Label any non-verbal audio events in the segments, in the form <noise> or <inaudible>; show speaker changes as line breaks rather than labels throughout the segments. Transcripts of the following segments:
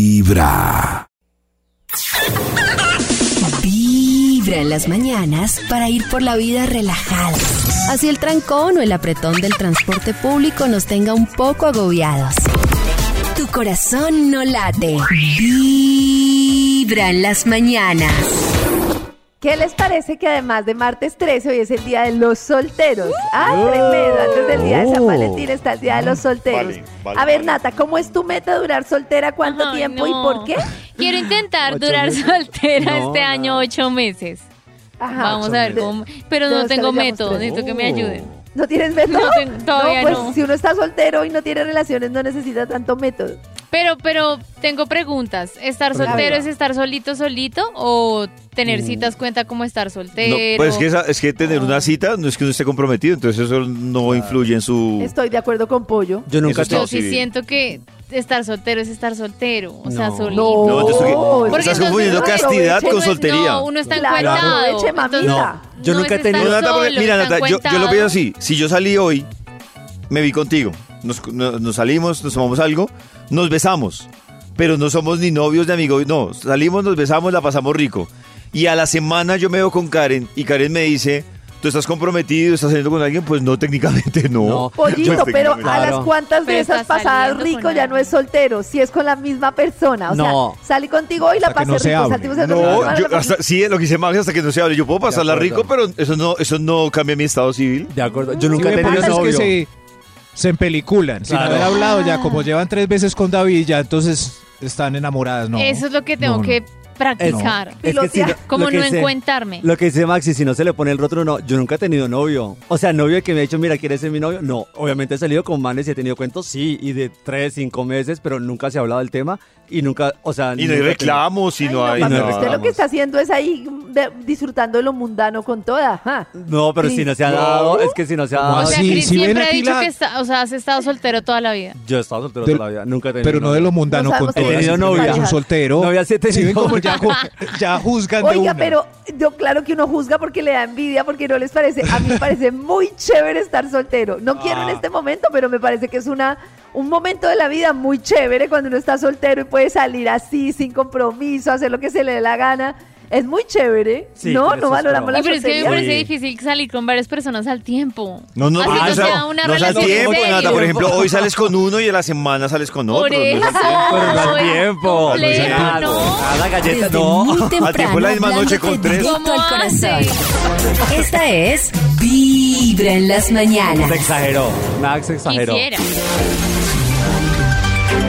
Vibra.
Vibra en las mañanas para ir por la vida relajada. Así el trancón o el apretón del transporte público nos tenga un poco agobiados. Tu corazón no late. Vibra en las mañanas.
¿Qué les parece que además de martes 13 hoy es el día de los solteros? ¡Ah, tremendo! Antes del día de San Valentín está el día de los solteros.
Vale, vale,
A ver,
vale.
Nata, ¿cómo es tu meta durar soltera? ¿Cuánto
Ay,
tiempo y
no.
por qué?
Quiero intentar
Ocho
durar
meses.
soltera
No,
este
no.
año ocho meses.
Ajá.
Vamos a ver
De-
cómo. Pero
de
no
los que
tengo
nos llamamos
método,
tres.
necesito que me ayuden.
¿No tienes método?
No tengo- todavía
pues,
no.
Si uno está soltero y no tiene relaciones, no necesita tanto método.
Pero, pero tengo preguntas. ¿Estar
Pregunta. Mm.
soltero es estar solito, solito? ¿O tener citas cuenta como estar soltero?
No, pues es que, esa- es que tener una cita no es que uno esté comprometido, entonces eso no influye en su...
Estoy de acuerdo con Pollo.
Yo nunca te...
Eso está-
Yo
no,
sí
sí.
siento que estar soltero es estar soltero. O sea,
No.
solito.
No, entonces, ¿qué?
Porque
estás
Oh, entonces
confundiendo
uno es-
castidad
uno
con
es- pues,
soltería.
No, uno está
Claro.
encuentado.
Aproveche, mamita.
Entonces,
No, yo nunca he
es
tenido-
estar
No, Nata, porque-
solo,
mira,
está
Nata, yo, yo lo
encuentado.
pienso así. Si yo salí hoy, me vi contigo, nos, no- nos salimos, nos tomamos algo, nos besamos, pero no somos ni novios ni amigos, no, salimos, nos besamos, la pasamos rico. Y a la semana yo me veo con Karen y Karen me dice, tú estás comprometido, estás saliendo con alguien, pues no, técnicamente no.
No.
Pollito,
Pues,
pero a
técnicamente.
las cuantas
Pero
de esas
está
pasadas
saliendo
rico
con
ya no es soltero, si es con la misma persona. O
No.
sea, salí contigo y la
Hasta que
pasé
no se
rico,
hable.
salimos el resto de
No,
semana,
yo
la pasé-
hasta- sí, es lo que dice Max, hasta que no se hable. Yo puedo pasarla
De
rico,
acuerdo.
pero eso no, eso no cambia mi estado civil.
De acuerdo, yo nunca
Lo
he
que
tenido
pasa es que
novio.
se, se empeliculan. Si no
Claro.
han hablado
Ah.
ya, como llevan tres veces con David, ya entonces están enamoradas, ¿no?
Eso es lo que tengo
No, no.
que practicar.
Es que si no-
Pilotear.
Como
lo que
no
dice-
encuentarme.
Lo que dice Maxi, si no se le pone el rostro, no. Yo nunca he tenido novio. O sea, novio que me ha dicho, mira, ¿quieres ser mi novio? No. Obviamente he salido con manes y he tenido cuentos, sí, y de tres, cinco meses, pero nunca se ha hablado del tema y nunca, o sea.
Y no hay
nunca he
reclamos, y no
Ay,
hay
no,
no hay
papi,
nada.
usted lo que está haciendo es ahí mm, de- disfrutando de lo mundano con toda. ajá.
tenido- No, pero si no se ha dado, es que si no se ha
¿Cómo
dado.
O sea,
así?
Cris
si ven
siempre ha
aquí
dicho
la-
que está, o sea, has estado soltero toda la vida.
Yo he estado soltero
Pero-
toda la vida, nunca he tenido.
Pero no de lo mundano
No
con
sabemos
He
todo.
tenido
simplemente
novia.
Es un soltero.
Novia sí he
Si ven
tenido.
como <laughs> ya, ju- ya juzgan de
Oiga,
una.
pero yo claro que uno juzga porque le da envidia, porque no les parece. A mí me parece muy chévere estar soltero. No quiero en este momento, pero me parece que es una un momento de la vida muy chévere cuando uno está soltero y puede salir así, sin compromiso, hacer lo que se le dé la gana. Es muy chévere.
Sí,
no,
pero
no
eso es
valoramos
broma.
la
Ay, pero es que me
soltería.
parece
Sí.
difícil salir con varias personas al tiempo.
No, no,
Así
porque
no
sea-
sea una
no sea
relación
tiempo,
en
Nata. Por
serio.
ejemplo, hoy sales con uno y a la semana sales con otro.
Por
no es
eso.
al tiempo.
Pero no al
es
Oh,
tiempo.
pues,
complejo,
Nada,
¿no?
nada, galleta,
Desde
no.
muy temprano.
Al tiempo de la misma noche con
hablándote
tres.
directo al
¿Cómo
corazón. Esta es Vibra en las mañanas.
Se exageró. Max se exageró.
Quisiera.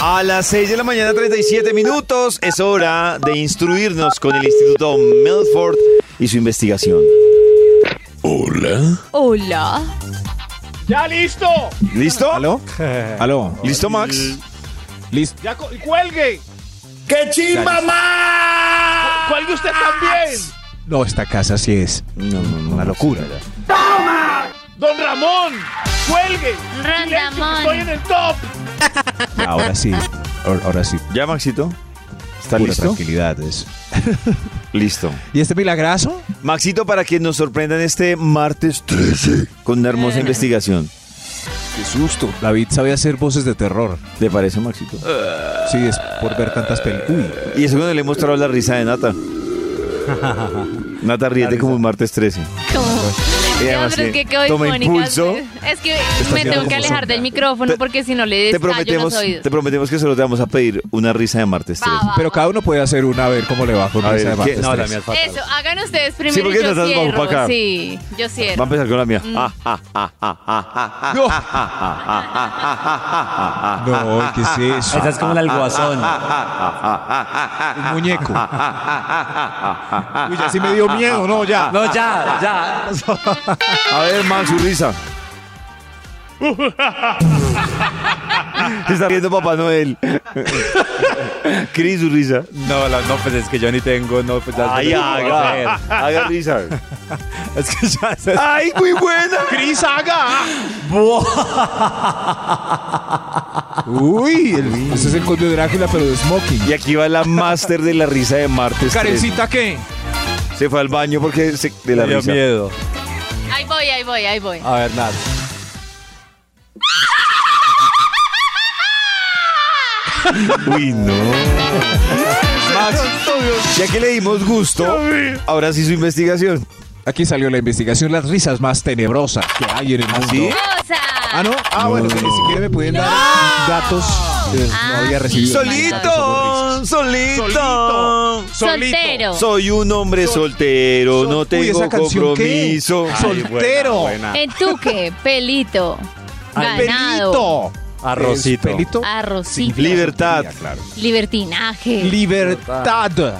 A las 6 de la mañana, 37 minutos, es hora de instruirnos con el Instituto Melford y su investigación.
Hola.
Hola.
¡Ya listo!
¿Listo? <laughs>
¿Aló? ¿Aló?
¿Listo, Max?
Listo.
¡Ya cu- cuelgue!
¡Qué chimba
¡Cuelgue usted también!
No, esta casa sí es una locura.
¡Don Ramón! ¡Cuelgue!
Ron
¡Silencio, que
Ramón.
¡Estoy en el top!
Ahora sí. Ahora, ahora sí.
¿Ya, Maxito? ¿Está
Pura
listo?
tranquilidad es.
<laughs> Listo.
¿Y este milagrazo?
Maxito, para que nos sorprendan este martes 13 con una hermosa investigación.
Qué susto. David sabe hacer voces de terror.
¿Le parece, Maxito?
Sí, es por ver tantas películas.
Y eso cuando le he mostrado la risa
<laughs>
de Nata. Nata, ríete como un martes 13.
¿Cómo?
Y
Ya,
además
pero es
que
que qué hoy,
toma
Mónica,
impulso.
Es que me tengo
como
que alejar
sombra.
del micrófono
Te-
porque si no le
Te
destallo los
prometemos,
oídos.
te prometemos que solo te vamos a pedir una risa de martes 13.
Va, va,
Pero
va.
cada uno puede hacer una a ver cómo le va con
A ver,
esa de
¿qué?
martes
No, la
13.
mía es fatal.
Eso, hagan ustedes primero
porque
y yo
nos has bajado
cierro.
para acá.
Sí, yo
Va a
cierro.
empezar con la mía. Ah,
No.
ah,
No, ¿qué es eso? Ah,
Esa es como la del guasón.
Un muñeco. Uy, ya sí me dio miedo, no, ya.
No, ya,
<laughs>
ya.
a ver, Max, su risa. Se está viendo Papá Noel. Cris, su risa.
No, la- no, pues es que yo ni tengo, no, pues ya-
Ay,
no
haga.
sé.
Haga risa.
<laughs> Es que ya se-
¡Ay, muy buena!
Cris haga.
Uy, el- ese es el conde Drácula, pero de smoking.
Y aquí va la máster de la risa de martes. trece.
¿Carecita qué?
Se fue al baño porque se, de la
Me dio
risa.
miedo.
Ahí voy, ahí voy, ahí voy.
A ver, nada.
<laughs> Uy, no. Max, ya que le dimos gusto, ahora sí su investigación.
Aquí salió la investigación, las risas más tenebrosas que hay en el mundo.
sí?
¡Cosa!
Ah, no. Ah, bueno, que ni siquiera me pueden dar datos. eh,
Ah,
no había
sí.
recibido.
Solito, solito.
Solito.
Soltero.
Soy un hombre soltero, no
Uy,
tengo
¿esa canción qué?
compromiso.
Soltero.
Entuque, pelito, ganado,
Pelito.
Arrocito.
Es pelito.
arrocito,
Libertad,
libertinaje,
Libertad.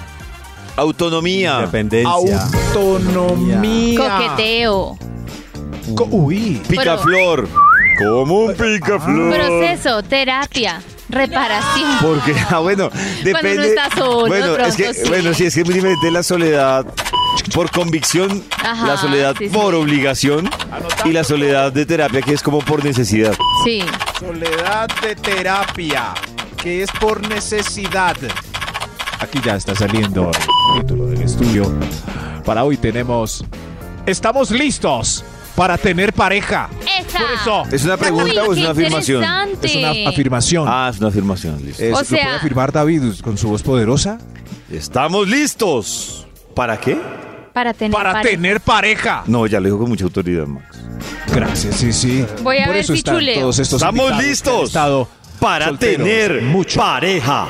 autonomía,
Independencia.
Autonomía.
coqueteo,
Co- Uy.
picaflor. Como un picaflor.
proceso, terapia, reparación.
Porque, <laughs> ah, bueno, depende.
está solo,
bueno,
de
es que,
pronto sí.
bueno, sí, es que es muy diferente la soledad por convicción,
Ajá,
la soledad
sí, sí.
por obligación y la soledad de terapia, que es como por necesidad.
Sí.
Soledad de terapia, que es por necesidad. Aquí ya está saliendo el título del estudio. Para hoy tenemos... Estamos listos para tener pareja.
Esa.
Por eso.
¿Es una pregunta o es una afirmación?
Es una afirmación.
Ah, es una afirmación, listo.
Eso
O
lo
sea-
puede afirmar David con su voz poderosa.
¿Estamos listos? ¿Para qué?
Para tener
Para
pareja.
tener pareja.
No, ya lo dijo con mucha autoridad, Max.
Gracias, sí, sí.
Voy a
Por
ver
eso
si
están
chuleo.
todos estos
Estamos
invitados que han
listos.
estado
Para
solteros
tener
mucho.
pareja.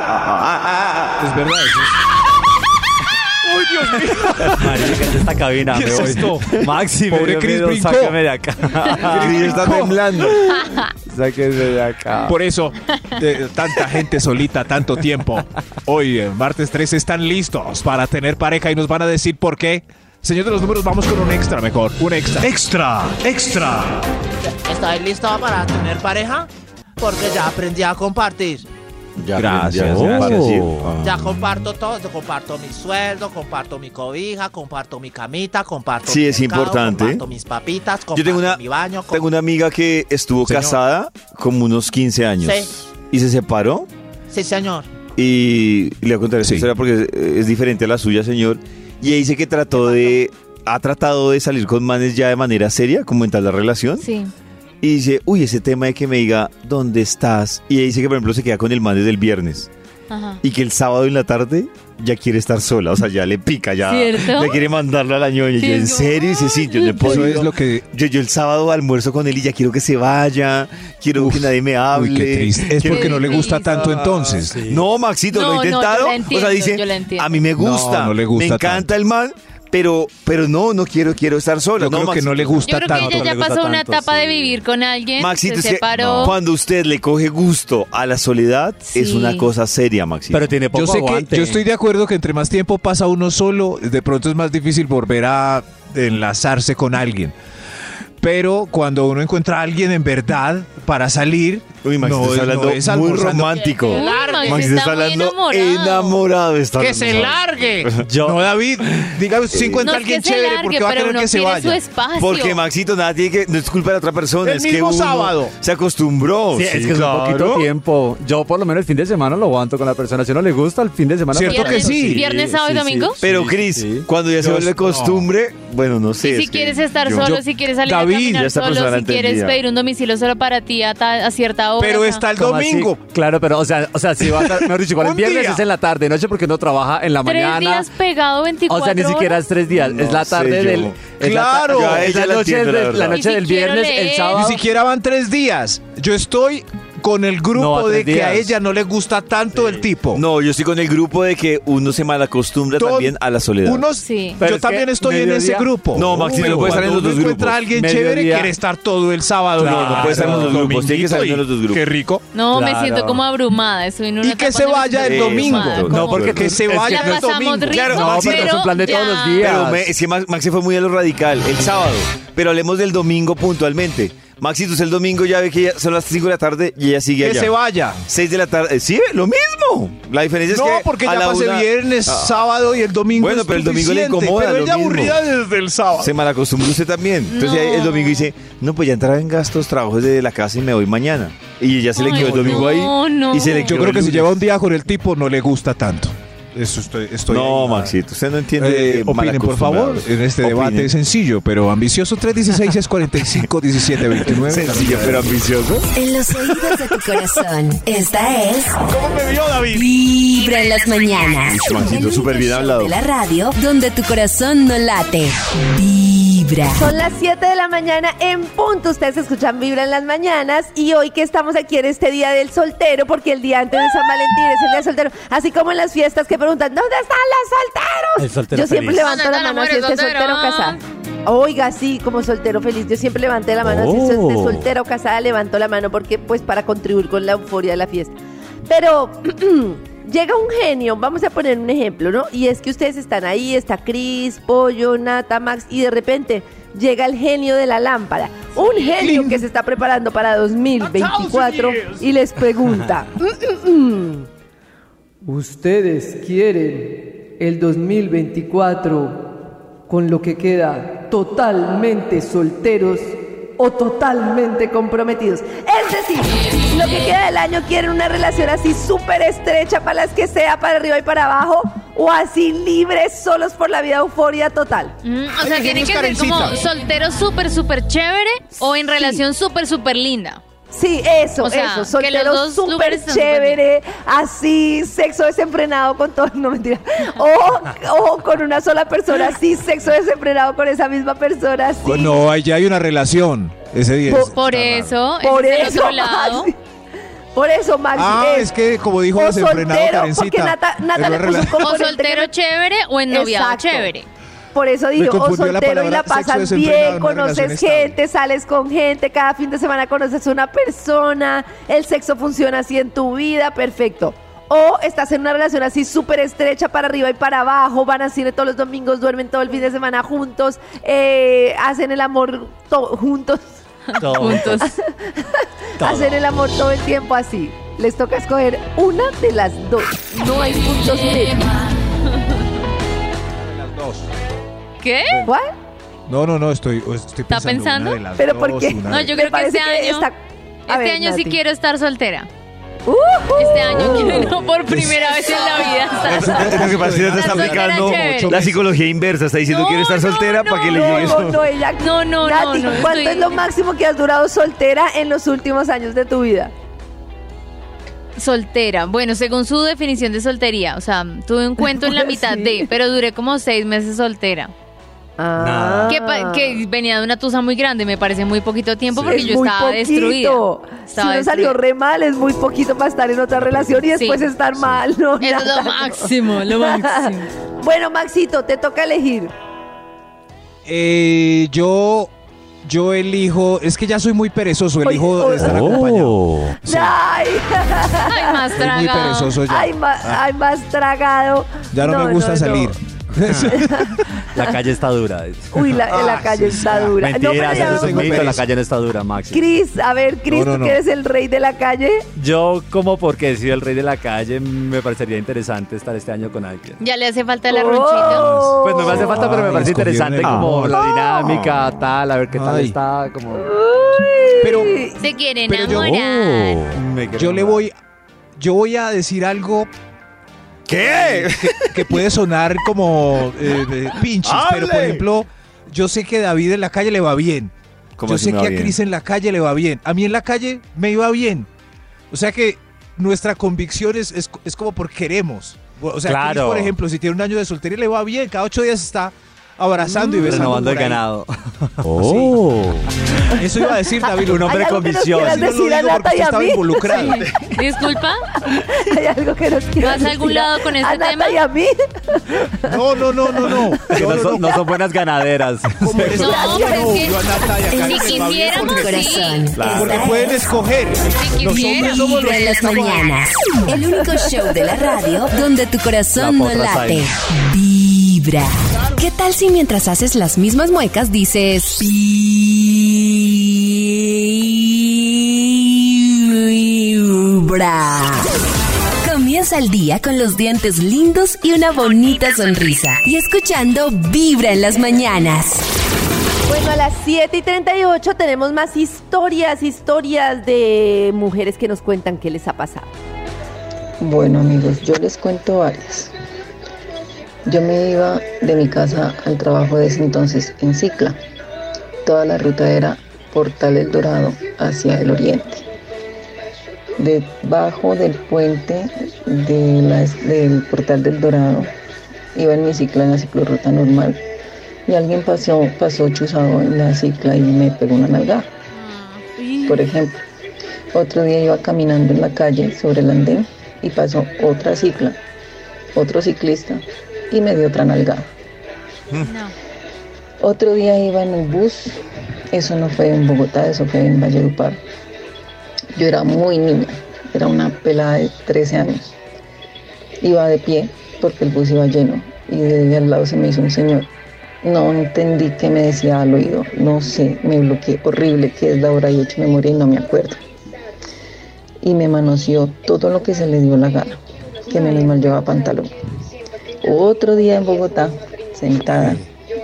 Es verdad. eso es-
Uy, Dios mío.
Marica, de esta cabina,
¿Qué
me
es
voy.
esto?
Maxi, me
Pobre
dio
Chris
miedo,
brincó.
sáqueme de <laughs> acá.
Sí, está temblando.
sáqueme de acá.
Por eso, eh, tanta gente solita, tanto tiempo. Hoy, eh, martes 13, están listos para tener pareja y nos van a decir por qué. Señor de los números, vamos con un extra mejor. Un extra.
Extra, extra.
Estoy listo para tener pareja porque ya aprendí a compartir.
Ya,
Gracias,
ya,
gracias.
para decir.
ah.
Ya comparto todo, yo comparto mi sueldo, comparto mi cobija, comparto mi camita, comparto
Sí,
mi
es
mercado,
importante.
comparto mis papitas, comparto
Yo tengo una,
mi baño,
tengo una amiga que estuvo
Señor.
casada como unos 15 años
Sí.
y se separó
Sí, señor.
y, y le voy a contar esta
Sí.
historia porque es, es diferente a la suya, señor. Y ella dice que trató de, ha tratado de salir con manes ya de manera seria, como en tal la relación.
Sí.
Y dice, uy, ese tema de que me diga, ¿dónde estás? Y ella dice que, por ejemplo, se queda con el man desde el viernes
Ajá.
y que el sábado en la tarde ya quiere estar sola, o sea, ya le pica, ya
¿Cierto?
le quiere mandarla a la ñoña. Y
Sí,
yo, ¿en
es como,
serio? Y dice, sí, yo no he
Eso
podido".
es lo que.
Yo, yo el sábado almuerzo con él y ya quiero que se vaya, quiero que nadie me hable.
Uy, qué triste. Es
quiero-
porque no le gusta tanto entonces.
Ah, No, Maxito,
No,
lo he
no, yo
intentado.
la entiendo,
o sea, dice,
yo la entiendo.
a mí me gusta,
No, no le gusta
me encanta el man, pero, pero no, no quiero, quiero estar sola.
Yo
no,
creo que
Maxi-
no le
Yo
gusta
creo que
tanto.
ella ya
le gusta
pasó una
tanto,
etapa de
sí.
vivir con alguien,
Maxito,
se
es que
separó.
cuando usted le coge gusto a la soledad, es
Sí.
una cosa seria, Maxito.
Pero tiene poco
Yo sé
aguante.
que yo estoy de acuerdo que entre más tiempo pasa uno solo, de pronto es más difícil volver a enlazarse con alguien. Pero cuando uno encuentra a alguien en verdad para salir,
Uy, Maxi,
no,
está
es- no
hablando
es
muy
almorzando.
romántico.
Uy, Maxi
Maxi
está
está
muy
hablando
enamorado.
enamorado. está
¡Que
hablando.
se largue!
<laughs>
Yo-
No, David, dígame si
no
encuentra a
es que
alguien
se
chévere,
largue,
porque va a
pero
querer
uno
que se
quiere su
vaya.
espacio.
Porque Maxito, nada tiene que. No es culpa de la otra persona.
El
es que
mismo
uno
sábado.
Se acostumbró.
Sí, es que es un poquito tiempo. Yo por lo menos el fin de semana lo aguanto con la persona. Si no le gusta, el fin de semana.
¿Cierto
Viernes-
que sí?
¿Viernes, sábado y domingo?
Pero, Cris, cuando ya se
Yo-
vuelve
no.
costumbre, bueno, no sé.
Y si
es que
quieres estar
yo-
solo,
yo-
si quieres salir
David,
a
ya
caminar
esta
solo, si
persona
quieres
entendía.
pedir un domicilo solo para ti a, ta- a cierta hora.
Pero
o sea.
está el
¿Cómo así?
domingo.
Claro, pero o sea, o sea, si va a estar, mejor dicho, igual el
Un
viernes
día.
es en la tarde, noche porque uno trabaja en la
Tres
mañana.
días pegado, 24
o sea, ni siquiera es
horas.
tres días, es
No
la
sé
tarde
yo.
del es la
Claro.
ta-
Ya,
es
ella
la
la
noche
entiende, la
del- la
verdad.
noche
Y si
del
quiero
viernes, el
leer.
Ni
sábado.
siquiera van tres días. Yo estoy con el
No,
grupo
a
de
tres
que a
días.
ella no le gusta tanto el tipo.
No, yo estoy con el grupo de que uno se malacostumbra
Todo-
también a la soledad.
Unos,
Pero
yo
es
también
que
estoy en ese
mediodía-
grupo.
No, Maxito,
Pero
no puede estar en
cuando
los dos
uno encuentra
grupos.
a alguien chévere
Mediodía-
quiere estar todo el sábado.
Claro, no puede estar en los dos grupos, tiene que estar en los dos grupos.
Qué rico.
No, me siento como abrumada. Estoy en una
Y que
etapa
se
donde me
vaya
siento
el domingo.
abrumada,
No,
como-
porque que se vaya
la
el domingo.
pasamos rico,
Claro, Maxi,
pero ya.
Pero me- es que Max, Maxi fue muy a lo radical el sábado. Pero hablemos del domingo puntualmente. Maxito, usted el domingo ya ve que ya son las 5 de la tarde y ella sigue
Que
allá.
se vaya.
6 de la tarde. eh, Sí, lo mismo. La diferencia
no,
es que.
porque
a
ya
la
pasé
una-
viernes,
Ah.
sábado y el domingo.
Bueno,
es
pero el domingo le
suficiente,
incomoda,
Pero
lo
ella
mismo.
aburrida desde el sábado.
Se malacostumbró usted también. Entonces
No.
ya el domingo dice, no, pues ya entraba en gastos, trabajos de la casa y me voy mañana. Y ya se le
Ay,
quedó el domingo
no,
ahí.
no.
Y se le
Yo
Yo
quedó
creo
el
que si
lunes.
lleva un día con el tipo no le gusta tanto. Eso estoy, estoy
No, Maxito, usted no entiende.
Eh, opinen, por favor, en este debate
es
sencillo, pero ambicioso 316 es 45 17 29.
<laughs> Sencillo, pero ambicioso.
En los oídos de tu corazón, esta es.
¿Cómo me vio, David?
Vibra en las mañanas.
Maxito, súper bien hablado.
De la radio donde tu corazón no late. Vibra.
Son las 7 de la mañana en punto. Ustedes escuchan Vibra en las mañanas. Y hoy que estamos aquí en este día del soltero, porque el día antes de San Valentín es el día del soltero. Así como en las fiestas que preguntan: ¿Dónde están los solteros?
El soltero
Yo siempre
feliz.
levanto
¿Dónde
la
están
mano
los
si este
amores
soltero o casada. Oiga, sí, como soltero feliz. Yo siempre levanté la mano si
Oh.
este soltero o casada. Levanto la mano porque, pues, para contribuir con la euforia de la fiesta. Pero <clears throat> llega un genio, vamos a poner un ejemplo, ¿no? Y es que ustedes están ahí, está Cris, Pollo, Nata, Max, y de repente llega el genio de la lámpara. Un genio que se está preparando para 2024 y les pregunta, <laughs> "Mm,
¿Ustedes quieren el 2024 con lo que queda totalmente solteros o totalmente comprometidos?
Es decir, lo que queda del año quieren una relación así súper estrecha para las que sea, para arriba y para abajo, o así libres, solos por la vida, euforia total.
Mm, o sea, tiene que ser como soltero súper, súper chévere o en relación súper, súper linda.
Sí, eso,
O sea,
eso.
que los
Soltero
dos
súper
lugares están
chévere, así, sexo desenfrenado con todo, no mentira. O, o con una sola persona, así, sexo desenfrenado con esa misma persona, así.
No, ahí ya hay una relación. Ese día. es-
Por, eso,
Por
ese es el
eso,
otro lado.
Maxi. Por eso, Maxi.
Ah, es que como dijo
o
desenfrenado
soltero,
Karencita,
porque Nata,
es
Nata
una
le puso un
relación.
O
componente
soltero
que-
chévere o en noviado
Exacto.
chévere.
Por eso
Me
digo, o
confundió la
soltero y
palabra
la
sexo
pasas
desenfrenado en
bien,
una relación
conoces
estable.
gente, sales con gente, cada fin de semana conoces una persona, el sexo funciona así en tu vida, perfecto. O estás en una relación así súper estrecha para arriba y para abajo, van al cine todos los domingos, duermen todo el fin de semana juntos, eh, hacen el amor to- juntos, <laughs>
Juntos.
hacen el amor todo el tiempo así. Les toca escoger una de las dos, no hay puntos medios.
¿Qué?
¿Cuál?
No, no, no, estoy, estoy pensando.
¿Está pensando?
una de las
¿Pero
dos,
por qué?
una
No,
de-
yo creo que
parece
este
que
año.
está- A
Este
ver,
año sí
Nati.
quiero estar soltera.
¡Ujú!
Este año quiero <laughs> no, por primera vez en la vida estar soltera.
Lo que pasa es que Nata está
Estar soltera
aplicando
chévere.
la psicología inversa. Está diciendo,
No,
quiero estar
no,
soltera para que le
No, no,
llegue eso. <laughs>
no, ella.
No, no, no,
Nati,
no.
¿cuánto
estoy-
es lo máximo que has durado soltera en los últimos años de tu vida?
Soltera. Bueno, según su definición de soltería. O sea, tuve un
<laughs>
cuento en la mitad de, pero duré como seis meses soltera.
Ah.
Que, pa- que venía de una tusa muy grande, me parece muy poquito tiempo porque
Es
yo
muy
estaba
poquito.
destruida.
Si
Estaba
uno salió
destruida.
re mal, es muy poquito para estar en otra relación y
Sí,
después estar mal. No,
Eso es
Nata, no.
lo máximo, lo máximo.
<laughs> bueno, Maxito, te toca elegir.
Eh, yo, yo elijo. Es que ya soy muy perezoso, elijo estar acompañado. Sí,
Ay,
Ay, más
soy muy
tragado.
perezoso ya.
ay, ma- ay, más tragado.
ya no, me gusta
Ah. no.
salir.
<laughs> La calle
<laughs>
está dura.
Uy, la, la calle está dura. no, pero
Mentira,
Ah, ya
eso es
vamos
un
por
mito,
ahí.
la calle no está dura, Maxi.
Cris, a ver, Cris,
No, no,
tú
no.
que eres el rey de la calle. <laughs>
Yo, como porque he sido el rey de la calle, me parecería interesante estar este año con alguien.
Ya le hace falta la ronchita.
Pues no me hace falta, pero me
Ay,
parece
escondieron
interesante
el
como
amor. Ah.
la dinámica, tal, a ver qué tal
Ay.
está, como...
Pero,
Se quiere
Pero yo- uh, oh,
enamorar.
Yo le voy, yo voy a decir algo
¿Qué?
que, que puede sonar como eh, de pinches, pero por
¡Hable!
ejemplo, yo sé que David en la calle le va bien.
¿Cómo
Yo
así
sé
me
que
va
a
bien?
Cris en la calle le va bien. A mí en la calle me iba bien. O sea que nuestra convicción es, es, es como por queremos. O sea, Cris,
Claro. Mm.
por ejemplo, si tiene un año de soltería le va bien, cada ocho días está abrazando y besando.
Renovando el
por ahí.
ganado. <laughs>
Oh. Eso iba a decir David, un
<laughs>
hombre
¿Hay algo
con
que nos
visión.
quieras
Sí, no lo
decir a
digo
Nata
porque usted
y a
estaba
mí?
involucrada.
<laughs> Disculpa.
Hay algo que nos quieras
¿Vas a algún
decir
lado con este
a Nata
tema?
y a mí?
No, no, no, no, no.
<laughs> Que no, son, no son
<laughs>
buenas ganaderas. <laughs>
No, pero es que
Yo a Nata y a Karen
si
les va bien
quisiéramos,
porque-
sí.
Claro.
Porque pueden escoger.
Si
Los hombres somos los
Vibra en
que
las
estamos-
mañanas. El único show de la radio donde tu corazón
La
no
potra
late.
Zayn.
Vibra. ¿Qué tal si mientras haces las mismas muecas dices Vibra? Comienza el día con los dientes lindos y una bonita sonrisa. Y escuchando Vibra en las mañanas.
Bueno, a las 7 y 38 tenemos más historias, historias de mujeres que nos cuentan qué les ha pasado.
Bueno amigos, yo les cuento varias. Yo me iba de mi casa al trabajo de ese entonces en Cicla. Toda la ruta era Portal El Dorado hacia el oriente. Debajo del puente de la- del Portal del Dorado iba en mi cicla en la ciclorruta normal y alguien pasó, pasó chuzado en la cicla y me pegó una nalgada, por ejemplo. Otro día iba caminando en la calle sobre el andén y pasó otra cicla, otro ciclista y me dio otra nalgada. Otro día iba en el bus, eso no fue en Bogotá, eso fue en Valledupar. Yo era muy niña, era una pelada de 13 años. Iba de pie porque el bus iba lleno y de al lado se me hizo un señor. No entendí qué me decía al oído, no sé, me bloqueé horrible, que es la hora y hecho memoria y no me acuerdo y me manoseó todo lo que se le dio la gana, que menos mal llevaba pantalón. Otro día en Bogotá, sentada,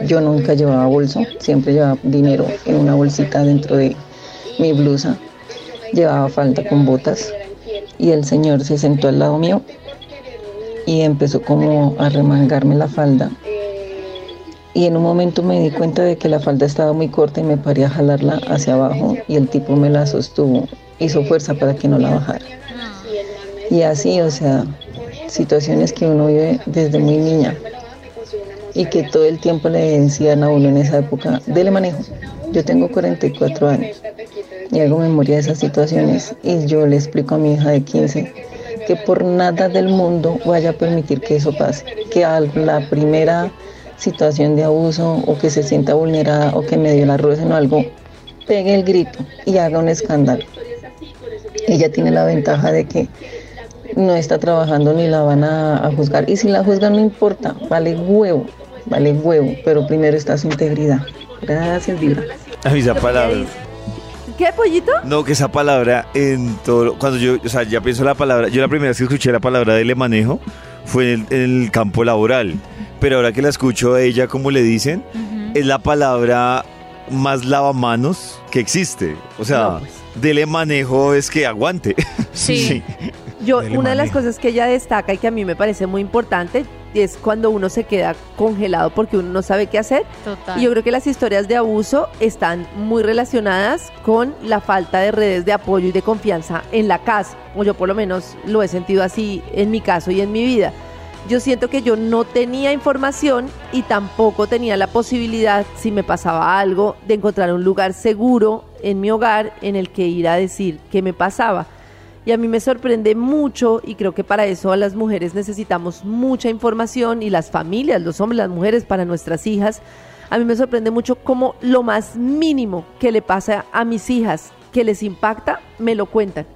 yo nunca llevaba bolso, siempre llevaba dinero en una bolsita dentro de mi blusa, llevaba falda con botas y el señor se sentó al lado mío y empezó como a remangarme la falda y en un momento me di cuenta de que la falda estaba muy corta y me paré a jalarla hacia abajo y el tipo me la sostuvo, hizo fuerza para que no la bajara. Y así, o sea, situaciones que uno vive desde muy niña y que todo el tiempo le decían a uno en esa época, dele manejo. Yo tengo 44 años y hago memoria de esas situaciones y yo le explico a mi hija de 15 que por nada del mundo vaya a permitir que eso pase, que a la primera situación de abuso o que se sienta vulnerada o que me dio la rueda o algo, pegue el grito y haga un escándalo. Ella tiene la ventaja de que no está trabajando ni la van a, a juzgar y si la juzgan no importa, vale huevo, vale huevo, pero primero está su integridad. Gracias, Diva.
Ay, esa palabra.
¿Qué, pollito?
No, que esa palabra en todo. Cuando yo, o sea, ya pienso la palabra. Yo la primera vez que escuché la palabra de le manejo fue en el, en el campo laboral. Pero ahora que la escucho a ella, como le dicen, es la palabra más lavamanos que existe. O sea, dele manejo es que aguante. <laughs>
Sí.
Yo,
Dele,
una de las
maneja.
cosas que ella destaca y que a mí me parece muy importante es cuando uno se queda congelado porque uno no sabe qué hacer.
Total.
Y yo creo que las historias de abuso están muy relacionadas con la falta de redes de apoyo y de confianza en la casa. O yo por lo menos lo he sentido así en mi caso y en mi vida. Yo siento que yo no tenía información y tampoco tenía la posibilidad, si me pasaba algo, de encontrar un lugar seguro en mi hogar en el que ir a decir qué me pasaba. Y a mí me sorprende mucho y creo que para eso a las mujeres necesitamos mucha información y las familias, los hombres, las mujeres, para nuestras hijas. A mí me sorprende mucho cómo lo más mínimo que le pasa a mis hijas, que les impacta, me lo cuentan.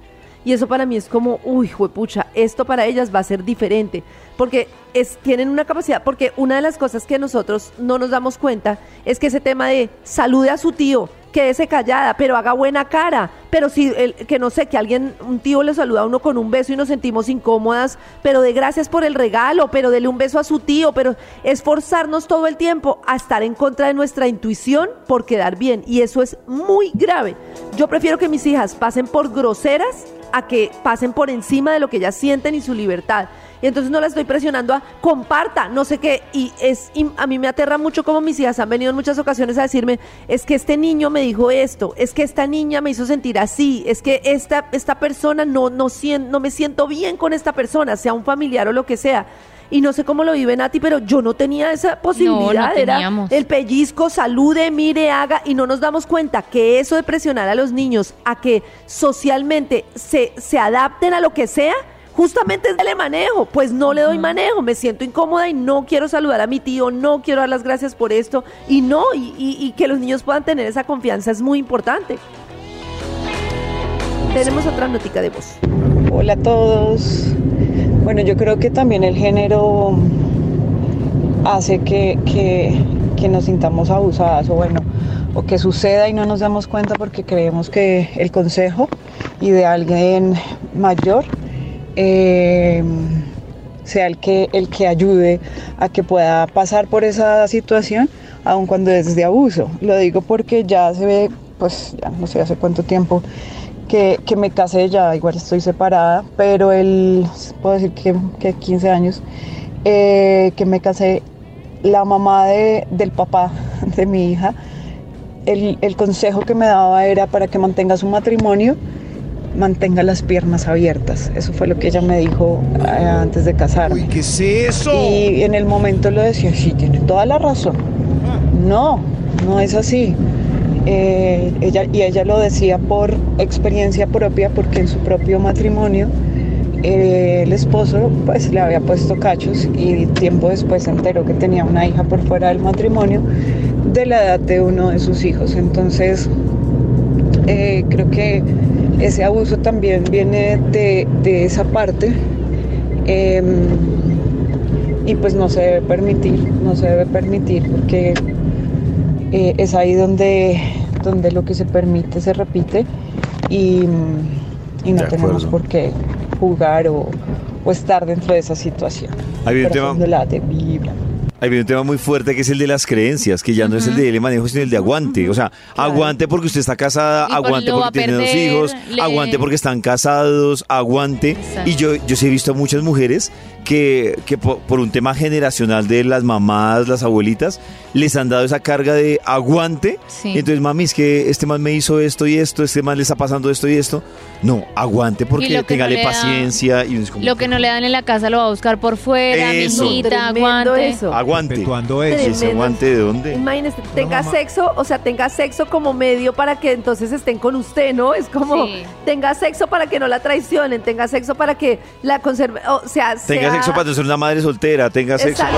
Y eso para mí es como, uy, juepucha, esto para ellas va a ser diferente. Porque es, tienen una capacidad, porque una de las cosas que nosotros no nos damos cuenta es que ese tema de salude a su tío, quédese callada, pero haga buena cara. Pero si, el- que no sé, que alguien, un tío le saluda a uno con un beso y nos sentimos incómodas, pero de gracias por el regalo, pero dele un beso a su tío, pero esforzarnos todo el tiempo a estar en contra de nuestra intuición por quedar bien. Y eso es muy grave. Yo prefiero que mis hijas pasen por groseras a que pasen por encima de lo que ellas sienten y su libertad. y entonces no la estoy presionando a comparta, no sé qué. Y es y a mí me aterra mucho como mis hijas han venido en muchas ocasiones a decirme, es que este niño me dijo esto, es que esta niña me hizo sentir así, es que esta, esta persona no, no, sien- no me siento bien con esta persona, sea un familiar o lo que sea. Y no sé cómo lo vive Nati, pero yo no tenía esa posibilidad. era
teníamos.
el pellizco, salude, mire, haga. Y no nos damos cuenta que eso de presionar a los niños a que socialmente se, se adapten a lo que sea, justamente es darle manejo. Pues no le doy manejo, me siento incómoda y no quiero saludar a mi tío, no quiero dar las gracias por esto. Y no, y, y- y que los niños puedan tener esa confianza es muy importante. Tenemos otra notica de voz.
Hola a todos. Bueno, yo creo que también el género hace que, que- que nos sintamos abusadas o bueno, o que suceda y no nos damos cuenta porque creemos que el consejo y de alguien mayor eh, sea el que, el que ayude a que pueda pasar por esa situación, aun cuando es de abuso. Lo digo porque ya se ve, pues ya no sé hace cuánto tiempo que, que me casé, ya igual estoy separada, pero el, puedo decir que, que 15 años, eh, que me casé, la mamá de- del papá <laughs> de mi hija, el, el consejo que me daba era para que mantenga su matrimonio, mantenga las piernas abiertas. Eso fue lo que ella me dijo eh, antes de casarme. Uy, ¿qué es eso? Y en el momento lo decía, sí, tiene toda la razón. Ah. No, no es así. Eh, ella, y ella lo decía por experiencia propia, porque en su propio matrimonio eh, el esposo pues le había puesto cachos y tiempo después se enteró que tenía una hija por fuera del matrimonio de la edad de uno de sus hijos. Entonces eh, creo que ese abuso también viene de, de esa parte eh, y pues no se debe permitir, no se debe permitir porque eh, es ahí donde, donde lo que se permite se repite y, mm, y no
De
tenemos
acuerdo.
por qué jugar o, o estar dentro de esa situación.
Ahí viene el tema.
Corazón de la de vibra.
Ahí viene un tema muy fuerte que es el de las creencias, que ya no es el de manejo, sino el de aguante. O sea, aguante porque usted está casada,
por-
aguante
lo va
porque
a
tiene dos
perder,
hijos,
le-
aguante porque están casados, aguante.
Exacto.
Y yo, yo sí he visto a muchas mujeres que, que po- por, un tema generacional de las mamás, las abuelitas, les han dado esa carga de aguante.
Sí.
Y entonces, mami, es que este man me hizo esto y esto, este man le está pasando esto y esto. No, aguante
Y
porque
lo que no
téngale
le da-
paciencia. Y uno es como,
Lo que no le dan en la casa lo va a buscar por fuera,
Eso.
mijita,
Tremendo
aguante.
eso. eso.
Aguante. ¿Ese aguante de dónde?
Imagínese, tenga sexo, o sea, tenga sexo como medio para que entonces estén con usted, ¿no? Es como,
Sí.
tenga sexo para que no la traicionen, tenga sexo para que la conserve, o sea,
Tenga
sea,
sexo para ser una madre soltera, tenga sexo pues.
Exacto.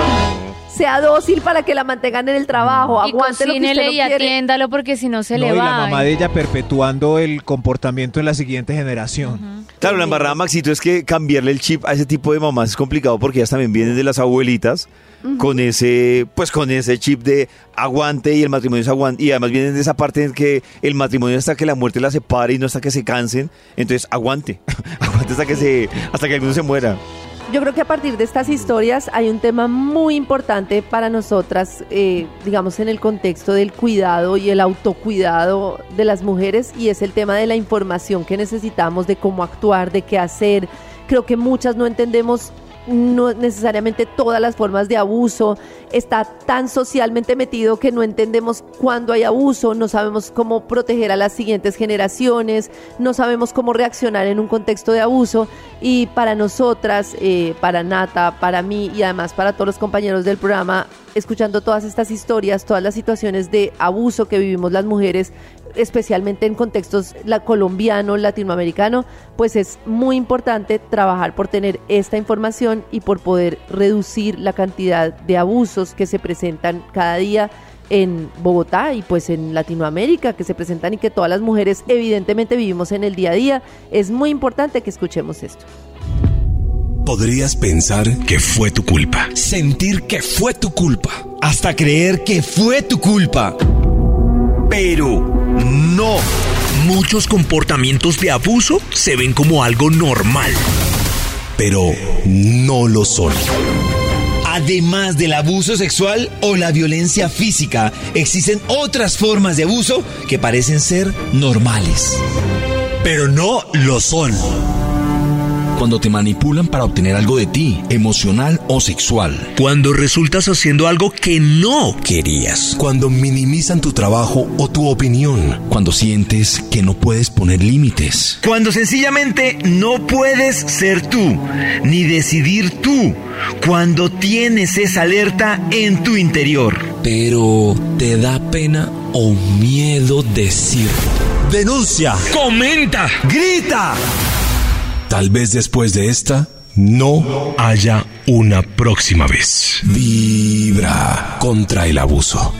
para...
sea dócil para que la mantengan en el trabajo,
Y
aguante lo que usted
cocínele
no
y
quiere.
atiéndalo porque si no se
No,
le
y la
va.
mamá de ella perpetuando el comportamiento en la siguiente generación.
Claro, la embarrada, Maxito, es que cambiarle el chip a ese tipo de mamás es complicado porque ellas también vienen de las abuelitas con ese, pues con ese chip de aguante y el matrimonio es aguante. Y además vienen de esa parte en que el matrimonio hasta que la muerte la separe y no hasta que se cansen. Entonces, aguante. <laughs> aguante hasta que se, hasta que alguno se muera.
Yo creo que a partir de estas historias hay un tema muy importante para nosotras, eh, digamos, en el contexto del cuidado y el autocuidado de las mujeres, y es el tema de la información que necesitamos, de cómo actuar, de qué hacer. Creo que muchas no entendemos no necesariamente todas las formas de abuso, está tan socialmente metido que no entendemos cuándo hay abuso, no sabemos cómo proteger a las siguientes generaciones, no sabemos cómo reaccionar en un contexto de abuso y para nosotras, eh, para Nata, para mí y además para todos los compañeros del programa, escuchando todas estas historias, todas las situaciones de abuso que vivimos las mujeres, especialmente en contextos la, colombiano, latinoamericano, pues es muy importante trabajar por tener esta información y por poder reducir la cantidad de abusos que se presentan cada día en Bogotá y pues en Latinoamérica que se presentan y que todas las mujeres evidentemente vivimos en el día a día. Es muy importante que escuchemos esto.
Podrías pensar que fue tu culpa, sentir que fue tu culpa, hasta creer que fue tu culpa. Pero no. Muchos comportamientos de abuso se ven como algo normal. Pero no lo son. Además del abuso sexual o la violencia física, existen otras formas de abuso que parecen ser normales. Pero no lo son. cuando te manipulan para obtener algo de ti, emocional o sexual. Cuando resultas haciendo algo que no querías. Cuando minimizan tu trabajo o tu opinión. Cuando sientes que no puedes poner límites.
Cuando sencillamente no puedes ser tú, ni decidir tú, cuando tienes esa alerta en tu interior.
Pero te da pena o miedo decir. Denuncia. Comenta. Grita. Tal vez después de esta no haya una próxima vez. Vibra contra el abuso.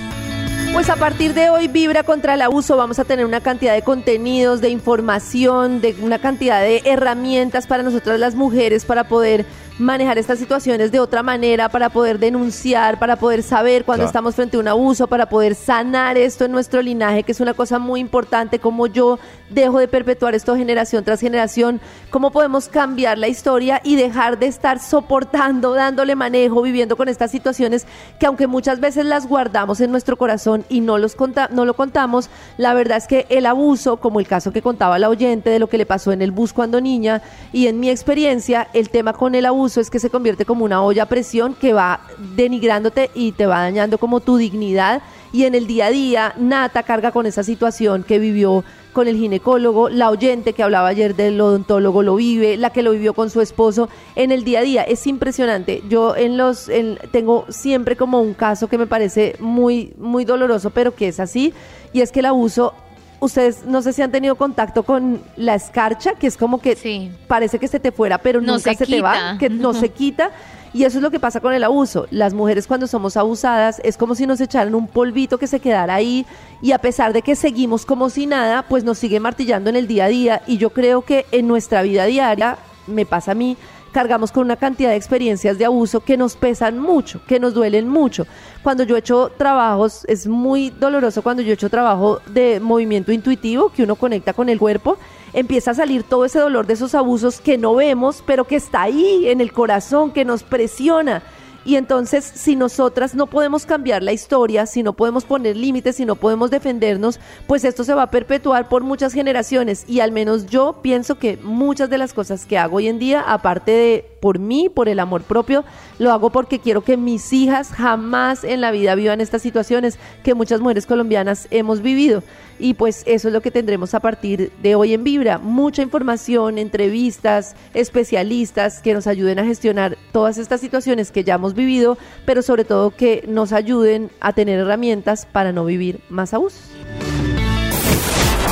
Pues a partir de hoy, Vibra contra el abuso, vamos a tener una cantidad de contenidos, de información, de una cantidad de herramientas para nosotras las mujeres para poder manejar estas situaciones de otra manera, para poder denunciar, para poder saber cuando
Claro.
estamos frente a un abuso, para poder sanar esto en nuestro linaje, que es una cosa muy importante, cómo yo dejo de perpetuar esto generación tras generación, cómo podemos cambiar la historia y dejar de estar soportando, dándole manejo, viviendo con estas situaciones que aunque muchas veces las guardamos en nuestro corazón y no, los conta- no lo contamos, la verdad es que el abuso, como el caso que contaba la oyente de lo que le pasó en el bus cuando niña, y en mi experiencia, el tema con el abuso es que se convierte como una olla a presión que va denigrándote y te va dañando como tu dignidad. Y en el día a día, Nata carga con esa situación que vivió con el ginecólogo, la oyente que hablaba ayer del odontólogo lo vive, la que lo vivió con su esposo en el día a día. Es impresionante. Yo en los en- tengo siempre como un caso que me parece muy, muy doloroso, pero que es así, y es que el abuso Ustedes no sé si han tenido contacto con la escarcha, que es como que parece que se te fuera, pero
No
nunca
se
se, te va,
quita.
que no
<laughs>
se quita. Y eso es lo que pasa con el abuso. Las mujeres cuando somos abusadas es como si nos echaran un polvito que se quedara ahí y a pesar de que seguimos como si nada, pues nos sigue martillando en el día a día. Y yo creo que en nuestra vida diaria, me pasa a mí, cargamos con una cantidad de experiencias de abuso que nos pesan mucho, que nos duelen mucho. Cuando yo he hecho trabajos, es muy doloroso cuando yo he hecho trabajo de movimiento intuitivo, que uno conecta con el cuerpo, empieza a salir todo ese dolor de esos abusos que no vemos, pero que está ahí en el corazón, que nos presiona. Y entonces, si nosotras no podemos cambiar la historia, si no podemos poner límites, si no podemos defendernos, pues esto se va a perpetuar por muchas generaciones. Y al menos yo pienso que muchas de las cosas que hago hoy en día, aparte de por mí, por el amor propio, lo hago porque quiero que mis hijas jamás en la vida vivan estas situaciones que muchas mujeres colombianas hemos vivido. Y pues eso es lo que tendremos a partir de hoy en Vibra. Mucha información, entrevistas, especialistas que nos ayuden a gestionar todas estas situaciones que ya hemos vivido, pero sobre todo que nos ayuden a tener herramientas para no vivir más abusos.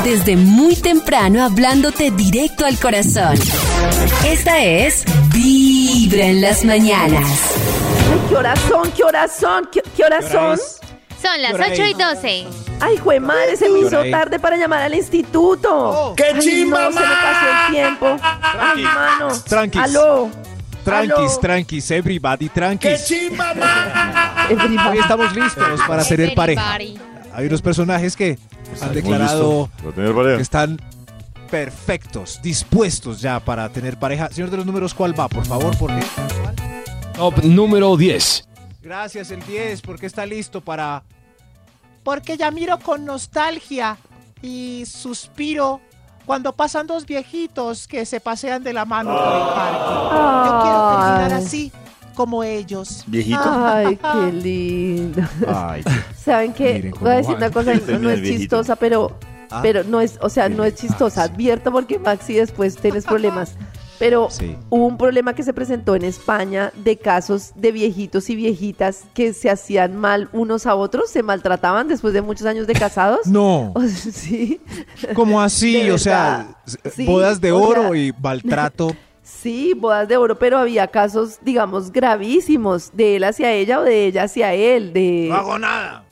Desde muy temprano hablándote directo al corazón. Esta es Vibra en las mañanas.
¡Qué corazón, qué corazón, qué, qué hora son?
Son las
¿Qué hora
8 y
es?
12.
Ay, jue madre, se me
¿Qué
hizo
hora es?
tarde para llamar al instituto.
¡Qué
Ay,
chimba,
no, se me pasó el tiempo. Ay, mano.
Tranquis.
Aló.
Tranquis,
Aló.
tranquis, everybody, tranquis.
Everybody.
Hoy estamos listos para tener pareja. Hay unos personajes que han
Pues muy
declarado
listos para tener pareja.
que están perfectos, dispuestos ya para tener pareja. Señor de los números, ¿cuál va, por favor? Porque...
Top número 10.
Gracias, el 10, porque está listo para...
Porque ya miro con nostalgia y suspiro cuando pasan dos viejitos que se pasean de la mano por el parque. Yo quiero terminar
Ay.
así, como ellos.
¿Viejito?
<laughs>
Ay, qué lindo.
Ay,
¿Saben qué?
Miren cómo
Voy a decir
van.
una cosa,
Este
no, no
es
es
viejito.
chistosa, pero,
Ah.
pero no es, o sea, no es chistosa. Advierto porque Maxi después tienes problemas. Pero
Sí.
hubo un problema que se presentó en España de casos de viejitos y viejitas que se hacían mal unos a otros, se maltrataban después de muchos años de casados.
No.
<laughs> O sea, sí.
¿Cómo así?
<laughs> De
O sea,
verdad. Sí,
bodas de
o
oro
sea, <laughs>
y maltrato.
Sí, bodas de oro, pero había casos, digamos, gravísimos de él hacia ella o de ella hacia él. De... <laughs> No hago nada.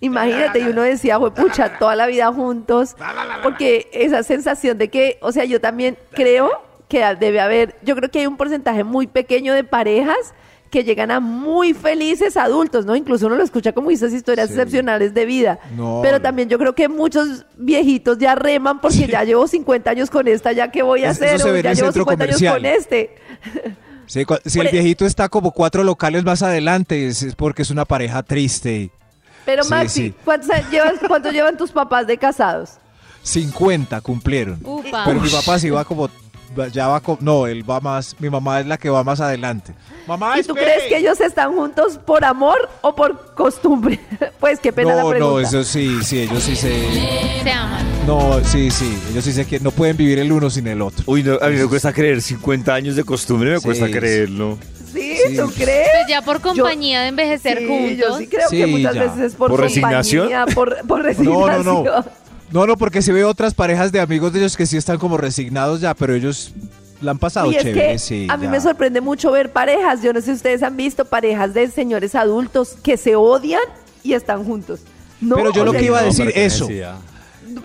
Imagínate, y uno decía, fue <laughs> pucha, toda la vida <laughs> juntos, porque esa sensación de que, o sea, yo también creo que debe haber, yo creo que hay un porcentaje muy pequeño de parejas que llegan a muy felices adultos, ¿no? Incluso uno lo escucha como esas historias excepcionales de vida.
No,
Pero
no.
también yo creo que muchos viejitos ya reman porque ya llevo 50 años con esta, ya que voy a
Es- eso
hacer,
se
O
ve en
ya
el
llevo
centro
50 años
comercial.
con este.
Sí, cua- si
Por
el
e-
viejito está como cuatro locales más adelante, es es porque es una pareja triste.
Pero
Sí,
Maxi,
sí.
¿cuántos años llevas, cuánto llevan tus papás de casados?
50 cumplieron.
Upa.
Pero mi papá se iba como va- ya va con- no, él va más, mi mamá es la que va más adelante. Mamá,
¿Y tú crees que ellos están juntos por amor o por costumbre? <laughs> pues qué pena la
Oh, no,
pregunta.
no, eso sí, sí, ellos sí se
Se aman.
No, sí, sí, ellos sí se quieren, no pueden vivir el uno sin el otro.
Uy, no, a mí me cuesta creer, 50 años de costumbre me cuesta creerlo.
¿Sí?
Sí.
¿Tú crees?
Pues ya por compañía de envejecer
Sí,
juntos.
yo sí creo que
Sí,
muchas
ya.
veces es por,
¿Por
compañía,
resignación?
Por, por
No, no,
resignación.
no. No, no, porque se ve otras parejas de amigos de ellos que sí están como resignados ya, pero ellos la han pasado
Y es
chévere,
que
sí.
a mí
ya.
me sorprende mucho ver parejas. Yo no sé si ustedes han visto parejas de señores adultos que se odian y están juntos. No,
Pero yo
o
lo
sea,
que iba a
no,
decir
qué
eso.
necesidad.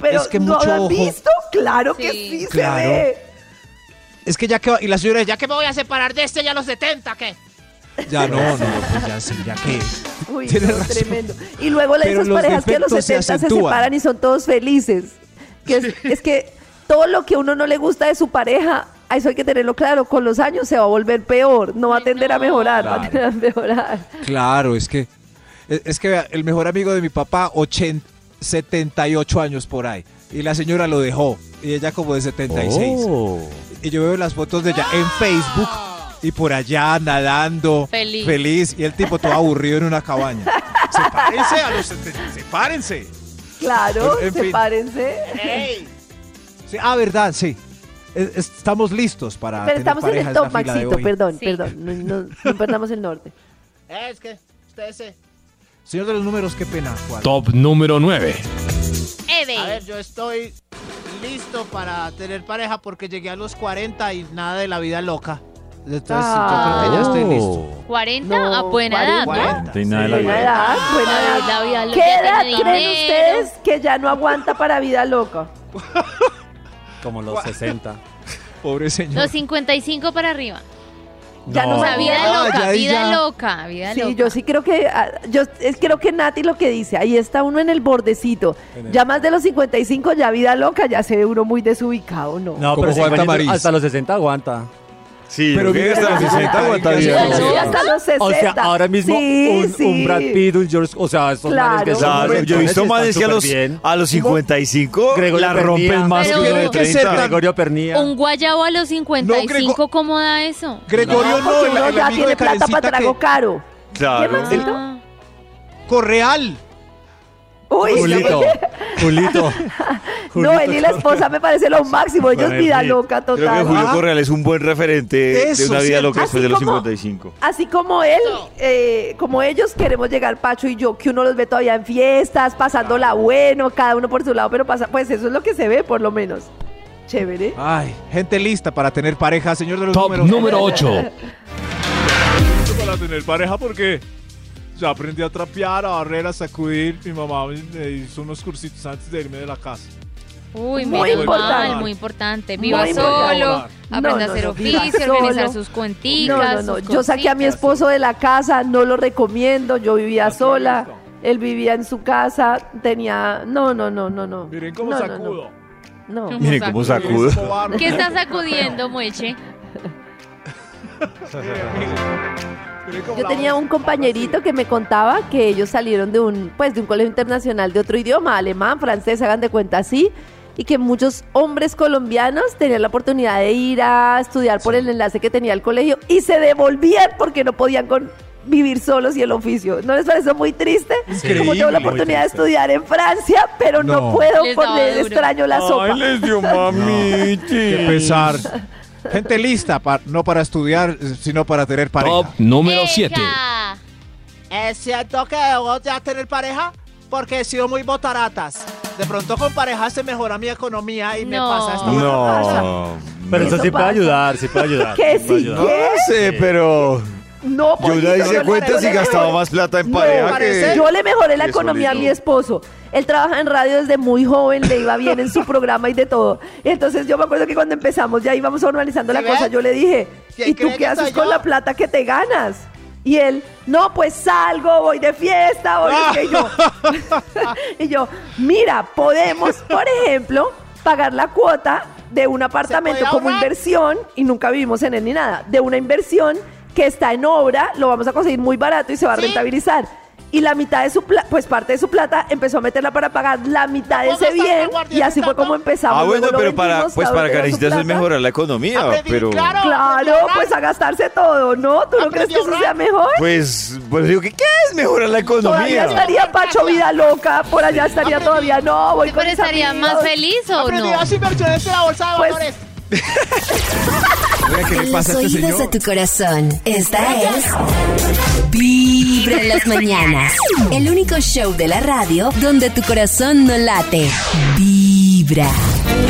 Pero
es que
¿no
mucho
lo han
ojo.
visto? Claro que sí, se
Claro.
ve.
Es que ya que va- y la señora ya que
Pues me voy a separar de este ya a los 70, ¿qué?
ya no, no, pues ya sí, ya que
Uy,
Tienes
no,
razón.
tremendo. Y luego la-
Pero
esas
los
parejas que a los
defectos se
70 se,
acentúan.
separan y son todos felices. Que es, es que todo lo que a uno no le gusta de su pareja, a eso hay que tenerlo claro, con los años se va a volver peor, no va a tender a mejorar, va a tender a mejorar.
Claro, es que es, es que vea, el mejor amigo de mi papá 80, 78 años por ahí y la señora lo dejó y ella como de 76. Y yo veo las fotos de ella en
¡Ah!
Facebook y por allá nadando
Feliz.
y el tipo todo aburrido en una
<laughs>
cabaña.
Sepárense a los 70. Sepárense.
Claro, Eh,
En- en fin.
sepárense.
Sí, ah, verdad, sí. Es- es- estamos listos para
Pero
tener
estamos en
pareja
el
la
top,
fila de
Maxito,
hoy.
perdón, perdón, no, no- no perdamos el norte.
Es que ustedes se...
Señor de los números, qué pena. ¿cuál?
Top número 9.
A ver, yo estoy listo para tener pareja porque llegué a los 40 y nada de la vida loca. Entonces,
Ah.
yo creo que ya estoy listo.
40 a Ah, buena edad, ¿no?
No hay nada de la <laughs>
Buena
vida.
edad, buena
Ay,
edad.
la vida loca,
¿Qué
ya
edad
tiene
creen
dinero.
ustedes que ya no aguanta para vida loca?
Como los 60.
Pobre señor.
Los 55 para arriba.
Ya no,
O sea, vida
Ah,
loca,
ya,
vida
ya.
loca, vida
Sí,
loca.
yo sí creo que ah, yo es- creo que Nati lo que dice, ahí está uno en el bordecito. Ya más de los 55 ya vida loca, ya se ve uno muy desubicado, ¿no?
No,
Como
pero
Juan
50
Tamariz.
Hasta los 60 aguanta.
Sí,
pero
que hasta los 60 aguanta
bien.
bien.
Sí, hasta los
O sea,
60.
ahora mismo
Sí,
un, un
sí.
Brad Pitt, un George, o sea, esos manes que son
Claro, yo he visto
más
manes que a los, a los 55
Gregorio
la
Pernía.
rompen más que
Pero
uno de
tiene
que ser
30.
tan- Gregorio Pernía.
Un guayabo a los 55, ¿cómo da eso?
Gregorio no,
porque
el,
uno
el
ya
amigo
tiene
de
plata para
Karencita
trago
que-
caro.
Claro.
Maxito?
Correal.
Uy,
Julito, Julito.
<laughs> no, él y la esposa me parece lo máximo, ellos
Correcto.
vida loca
Creo que
total. Ah,
Julio
Ajá.
Correal es un buen referente de
Eso,
una vida
¿cierto?
loca después
Así
de los
como-
55.
Así como él, eh, como ellos queremos llegar, Pacho y yo, que uno los ve todavía en fiestas, pasándola bueno, cada uno por su lado, pero pasa, pues eso es lo que se ve, por lo menos. Chévere.
Ay, gente lista para tener pareja, señor de los
Top
números.
número 8.
para tener pareja porque ya aprendí a trapear, a barrer, a sacudir. Mi mamá me hizo unos cursitos antes de irme de la casa.
Muy
Uy, muy importante.
importante.
muy importante. Viva
Muy
solo,
importante.
aprenda
No,
a
no,
hacer
no, viva
oficio,
solo.
organizar sus cuenticas.
No, no, no.
sus
Yo saqué a mi
cositas.
esposo de la casa, no lo recomiendo, yo vivía sola, él vivía en su casa, tenía... No, no, no, no, no.
Miren cómo
No, no, no.
sacudo.
No.
Miren cómo sacudo.
Escobar,
¿Qué está sacudiendo, Mueche?
miren cómo
Yo
la
tenía
voz.
un compañerito que me contaba que ellos salieron de un, pues, de un colegio internacional de otro idioma, alemán, francés, hagan de cuenta así, y que muchos hombres colombianos tenían la oportunidad de ir a estudiar por el enlace que tenía el colegio y se devolvían porque no podían con- vivir solos y el oficio. ¿No les pareció muy triste?
Increíble,
Como tengo la
muy
oportunidad de
triste.
estudiar en Francia, pero no,
No.
puedo
Les daba
porque
duro.
extraño la sopa.
<laughs>
<laughs>
les dio mami.
Qué pesar. Gente lista, pa- no para estudiar, eh, sino para tener pareja.
Top número 7.
Venga.
Es cierto que debo ya tener pareja porque he sido muy botaratas. De pronto con pareja se mejora mi economía y me
No.
pasa esto.
No.
Pero eso
Eso
sí puede
pasa.
ayudar, sí puede ayudar.
¿Qué
sí puede
sí?
ayudar.
No sé, pero
No,
yo
Pollito,
una vez
yo
hice
le-
cuentas
yo
y
le-
gastaba más plata en
No,
pareja
parece-
que...
Yo le mejoré la
que
economía a
solito.
mi esposo. Él trabaja en radio desde muy joven, le iba bien en su programa y de todo. Entonces yo me acuerdo que cuando empezamos ya íbamos normalizando la
¿Sí ves?
cosa, yo le dije,
¿Quién
¿y tú
cree
qué
que
haces
soy
con
yo?
la plata que te ganas? Y él, no, pues salgo, voy de fiesta, voy de- y
<laughs>
yo, <laughs> y yo, mira, podemos, por ejemplo, pagar la cuota de un apartamento
puede
como
ahorrar?
inversión, y nunca vivimos en él ni nada, de una inversión que está en obra, lo vamos a conseguir muy barato y se va a
Sí.
rentabilizar. y la mitad de su plata, pues parte de su plata, empezó a meterla para pagar la mitad de ese bien y así fue como empezamos.
Ah, bueno,
Luego lo
pero para,
vendimos,
pues
cada
para
uno tenía su
Caricitas es
plata.
mejorar la economía, pero...
Claro, pues a gastarse todo, ¿no? ¿Tú no crees que eso sea mejor?
Pues, pues digo, ¿qué, ¿qué es mejorar la
Todavía
economía?
estaría Pacho Vida Loca, por allá estaría todavía, no, voy con
Pero
mis
estaría
amigos.
más feliz o
Aprendí
no.
a inversiones en la bolsa de
Pues-
valores.
¿qué le
En los
pasa a este
oídos
señor?
de tu corazón. Esta es. Vibra en las mañanas. El único show de la radio donde tu corazón no late. Vibra.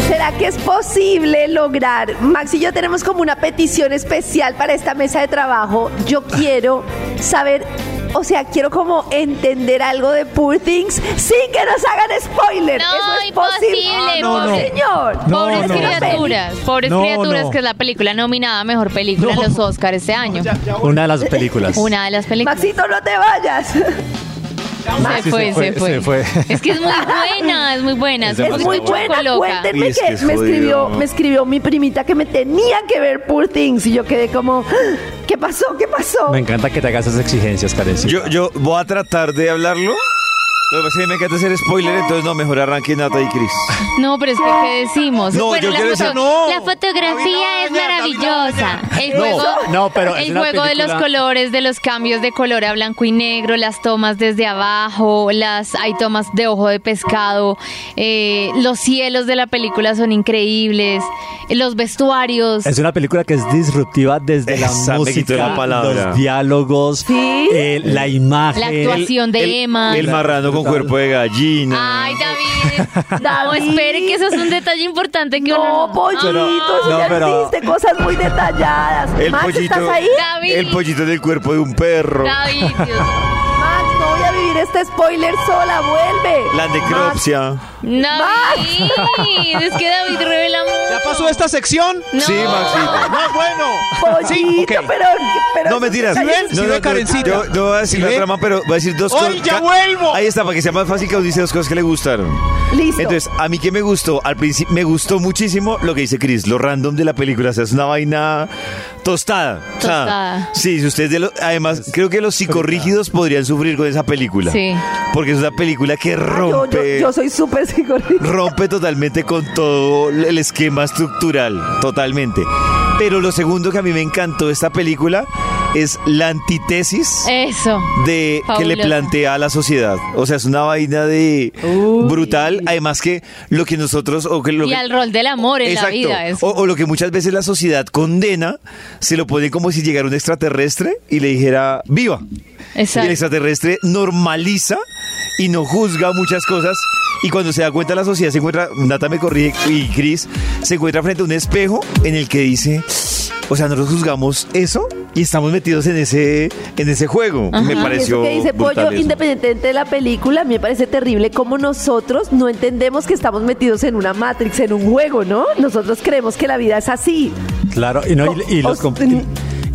¿Será que es posible lograr? Max y yo tenemos como una petición especial para esta mesa de trabajo. Yo quiero saber, o sea, quiero como entender algo de Poor Things sin que nos hagan spoiler.
No,
Eso es
Ah,
imposible,
posible. Ah,
no, no.
señor.
Pobres criaturas, pobres
No,
criaturas
no.
que es la película nominada a mejor película en los Oscars este año.
Una de las películas.
Una de las películas.
Maxito, no te vayas.
Se
Ah, Sí,
fue, se fue.
se <laughs> fue.
Es que es muy buena, es muy buena.
Es
se
Es
escucha
muy
mucho
buena.
loca.
Cuéntenme
Y es
que,
que es
me,
jodido,
escribió,
¿no?
me escribió mi primita que me tenía que ver Poor Things y yo quedé como, ¿qué pasó? ¿Qué pasó?
Me encanta que te hagas esas exigencias, Karencita.
Yo, yo voy a tratar de hablarlo. Lo que pasa es que me encanta hacer spoiler,
Ah.
entonces no, mejor arranque Nata y Cris.
No, pero es que ¿qué decimos?
No, yo
la,
quiero decir-
la fotografía es maravillosa. El
No,
juego,
no, pero es
el
una
juego de los
película-
colores, de los cambios de color a blanco y negro, las tomas desde abajo, las hay tomas de ojo de pescado, eh, los cielos de la película son increíbles, los vestuarios.
Es una película que es disruptiva desde
Esa,
la
me quitó
música,
la palabra.
los diálogos, eh, la imagen.
La actuación de Emma.
El marrano con cuerpo de gallina.
Ay,
<laughs>
David. No, espere que eso es un detalle importante que
No,
uno-
pollito,
Ah.
eso
no,
ya
pero-
existe, cosas muy detalladas.
El
Ah. Max, ¿estás
pollito,
ahí?
David.
el pollito del cuerpo de un perro.
David, Dios.
<laughs> Max, no voy a vivir este spoiler sola, vuelve.
La necropsia.
David, es que David revela mucho.
¿Ya pasó esta sección?
No.
Sí, Maxito.
No, bueno.
Pollito,
ok.
pero, pero-
No, mentiras.
Si ven,
No,
si
no,
ve
no,
Karencita.
Yo, yo voy a decir
Si
la
ve.
trama, pero voy a decir dos
¡Ay,
cosas.
ya
Ca-
vuelvo!
Ahí está, para que sea más fácil que uno dice dos cosas que le gustaron.
Listo.
Entonces, a mí que me gustó, al principio me gustó muchísimo lo que dice Chris, lo random de la película, o sea, es una vaina tostada. O sea,
Tostada.
sí, si ustedes de lo- además creo que los psicorrígidos podrían sufrir con esa película.
Sí.
Porque es una película
Ah,
que
Yo, yo,
rompe
yo soy súper psicorrígida.
rompe totalmente con todo el esquema estructural, totalmente. Pero lo segundo que a mí me encantó de esta película es la antítesis
Eso.
de que le
Eh, Fabuloso.
plantea a la sociedad. O sea, es una vaina de brutal. Además que lo que nosotros o que lo
Y
que-
al rol del amor en
Exacto.
la vida. Es...
O, o lo que muchas veces la sociedad condena, se lo pone como si llegara un extraterrestre y le dijera viva. Y el
Exacto.
extraterrestre normaliza y no juzga muchas cosas. Y cuando se da cuenta la sociedad se encuentra, Nata me corrige y Cris, se encuentra frente a un espejo en el que dice, o sea, nosotros juzgamos eso y estamos metidos en ese, en ese juego. Me
Y
pareció...
eso que dice
brutal
Pollo,
eso.
independiente de la película, a mí me parece terrible cómo nosotros no entendemos que estamos metidos en una Matrix, en un juego, ¿no? Nosotros creemos que la vida es así.
Claro, y, no, y, y los,
Os-
comp-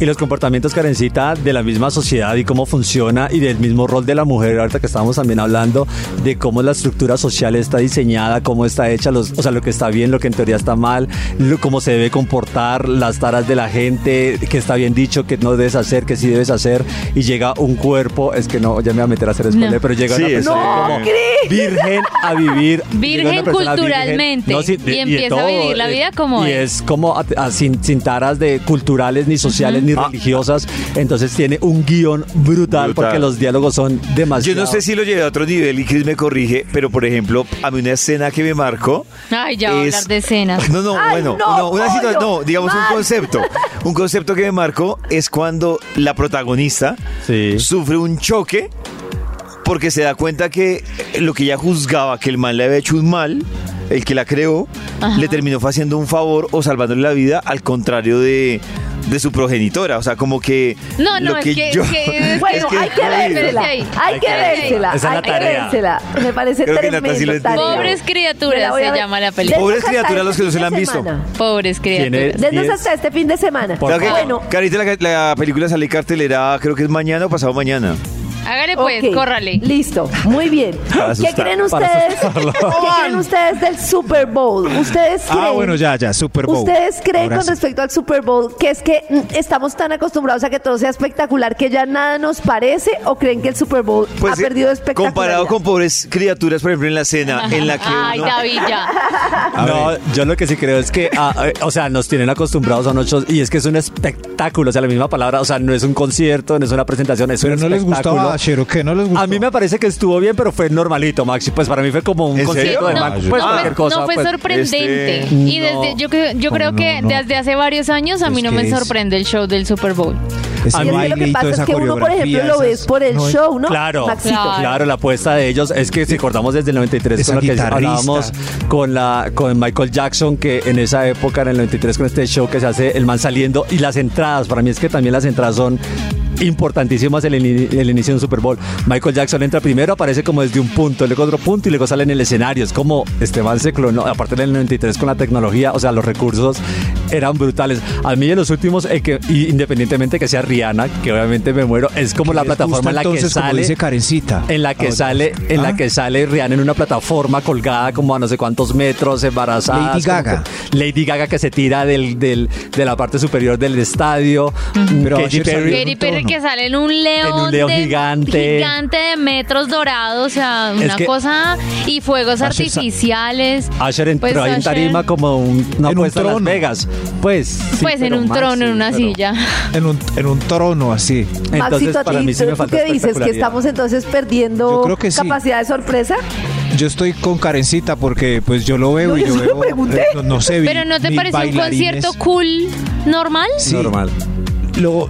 y los comportamientos, Karencita, de la misma sociedad y cómo funciona y del mismo rol de la mujer, ahorita que estábamos también hablando de cómo la estructura social está diseñada, cómo está hecha, los, o sea, lo que está bien, lo que en teoría está mal, lo- cómo se debe comportar, las taras de la gente, que está bien dicho, que no debes hacer, que sí debes hacer, y llega un cuerpo, es que no, ya me voy a meter a hacer spoiler,
No.
pero llega
Sí,
una
eso
persona
es.
como
No,
Cris.
virgen a vivir.
Virgen
llega una persona
culturalmente,
de-
y
de
empieza a vivir la
eh,
vida como
y
es.
es como a- a- sin, sin taras de culturales ni sociales ni religiosas entonces tiene un guión brutal,
Ah. Brutal.
porque los diálogos son demasiado
Yo no sé si lo llevé a otro nivel y Chris me corrige, pero por ejemplo, a mí una escena que me marcó
Ay, ya va a
es-
hablar de escenas.
No, no,
Ay,
bueno,
no,
no, una situación,
Pollo,
no, digamos
Max.
un concepto. Un concepto que me marcó es cuando la protagonista
Sí.
sufre un choque porque se da cuenta que lo que ella juzgaba que el mal le había hecho un mal, el que la creó,
Ajá.
le terminó haciendo un favor o salvándole la vida, al contrario de, de su progenitora. O sea, como que.
No, no,
lo
es que-
yo-
es que- es
Bueno,
que-
hay que vérsela.
ahí.
Hay que vérsela.
Esa es la
Hay que
tarea.
vérsela. Me parece
Creo que
tremendo.
Nata sí lo entendió.
tarea.
Pobres
Me la
criaturas
voy a
se
ver.
llama la
Dennos
película.
Pobres
hasta
criaturas
este
los que no se
fin
la han
de
visto.
semana.
Pobres criaturas.
Tiene-
Dennos
Diez.
hasta este fin de semana.
Por
<laughs> Claro que-
Bueno,
Carita, la, la película sale cartelera, creo que es mañana o pasado mañana.
Hágale pues,
Ok,
córrale.
Listo, muy bien.
Para
¿Qué
asustar-
creen
para
ustedes? <laughs>
asustarlo.
¿Qué creen ustedes del Super Bowl? ¿Ustedes creen?
Ah, bueno, ya, ya, Super Bowl.
¿Ustedes creen
Ahora
con
sí.
respecto al Super Bowl que es que mm, estamos tan acostumbrados a que todo sea espectacular que ya nada nos parece o creen que el Super Bowl ha
Pues, eh,
perdido espectacularidad?
Comparado con pobres criaturas, por ejemplo, en
<laughs>
la cena, en la que
Ay,
uno-
David, ya.
No, yo lo que sí creo es que, ah, <laughs> eh, o sea, nos tienen acostumbrados a unos shows y es que es un espectáculo, o sea, la misma palabra, o sea, no es un concierto, no es una presentación, es
Pero
un
no les
espectáculo.
gustaba Asher, ¿o qué? No les
A mí me parece que estuvo bien, pero fue normalito, Maxi. Pues para mí fue como un
¿En
concierto
serio?
de
No,
Mac.
no
Pues
fue-
cualquier cosa.
no fue
pues.
sorprendente.
Este,
Y desde, yo creo, yo creo que desde hace varios años a mí no
que
me
es-
sorprende el show del Super Bowl.
Es
Y es que lo que pasa es que uno, por ejemplo, lo ves por el show, ¿no?
Claro,
Maxito.
claro, la apuesta de ellos es que si acordamos desde el 93
Esa
con lo que
guitarrista.
hablábamos con la con Michael Jackson que en esa época en el 93 con este show que se hace el man saliendo y las entradas, para mí es que también las entradas son importantísimas en el, ini- en el inicio de un Super Bowl. Michael Jackson entra primero, aparece como desde un punto, luego otro punto y luego sale en el escenario. Es como Esteban se clonó, aparte en el 93 con la tecnología, o sea, los recursos eran brutales. A mí de los últimos, eh, que, y independientemente que sea Rihanna, que obviamente me muero, es como la
les
plataforma
gusta
en la que
entonces, como
sale
dice Ah, Karencita.
en la que
Ahora,
sale en la que sale Rihanna en una plataforma colgada como a no sé cuántos metros embarazada
Lady Gaga.
Lady Gaga que se tira del, del- de la parte superior del estadio
Mm. Pero
Katy
Asher salió
Perry
Katy Perry que sale en un león,
En un león
de-
gigante.
gigante de metros dorados, o sea,
Es
una
que-
cosa y fuegos
Asher sa-
artificiales.
Asher entró
Pues
ahí en
Asher-
tarima como un, una apuesta a Las Vegas pues sí,
pues en
pero
un
Maxi,
trono, en una
pero-
silla.
En un, en un trono así.
Maxito, ¿a ti- ¿tú qué dices? ¿Que estamos entonces perdiendo
creo que sí.
capacidad de sorpresa?
Yo estoy con Karencita porque pues yo lo veo
No,
y
yo
yo
se lo
veo. eh,
pregunté.
No, no sé. vi
Pero ¿no te
mil
parece un
bailarines.
concierto cool normal?
Sí.
Normal.
Lo,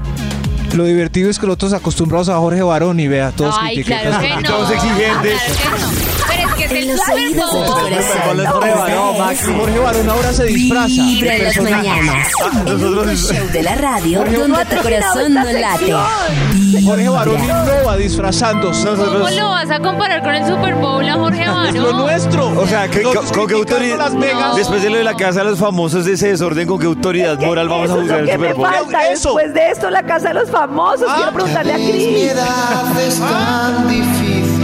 lo divertido es que los otros acostumbrados a Jorge Barón y vea todos
Ay,
critiquetas
claro
y
que no.
todos exigentes.
Pero es que es el
los
Super
oídos de tu
Bowl.
corazón.
Jorge Barón ahora se disfraza.
Vibra
de
en las
persona.
mañanas. El único show de la radio
Jorge
donde
Barón.
tu corazón no late.
Jorge Barón innova disfrazándose.
¿Cómo lo vas a comparar con el Super Bowl a Jorge Barón?
nuestro.
O sea, ¿qué- con, con qué autoridad?
Las Vegas.
Después de lo de la casa de los famosos, de ese desorden, ¿con qué autoridad moral vamos
Eso
a
es
juzgar
lo
el
que me
Super Bowl?
falta. Después de esto, la casa de los famosos. Quiero preguntarle a Cris.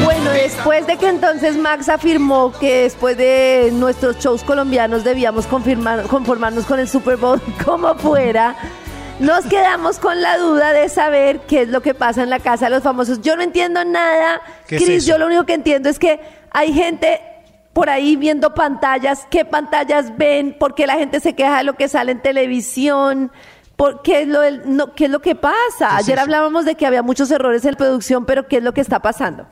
Bueno, después de que entonces Max afirmó que después de nuestros shows colombianos debíamos confirmar- conformarnos con el Super Bowl <laughs> como fuera, nos quedamos con la duda de saber qué es lo que pasa en la casa de los famosos. Yo no entiendo nada,
¿Qué es
Cris.
eso?
yo lo único que entiendo es que hay gente por ahí viendo pantallas, qué pantallas ven, por qué la gente se queja de lo que sale en televisión. ¿Por qué, es lo del- no, ¿Qué es lo que pasa? Ayer hablábamos de que había muchos errores en producción, pero ¿qué es lo que está pasando?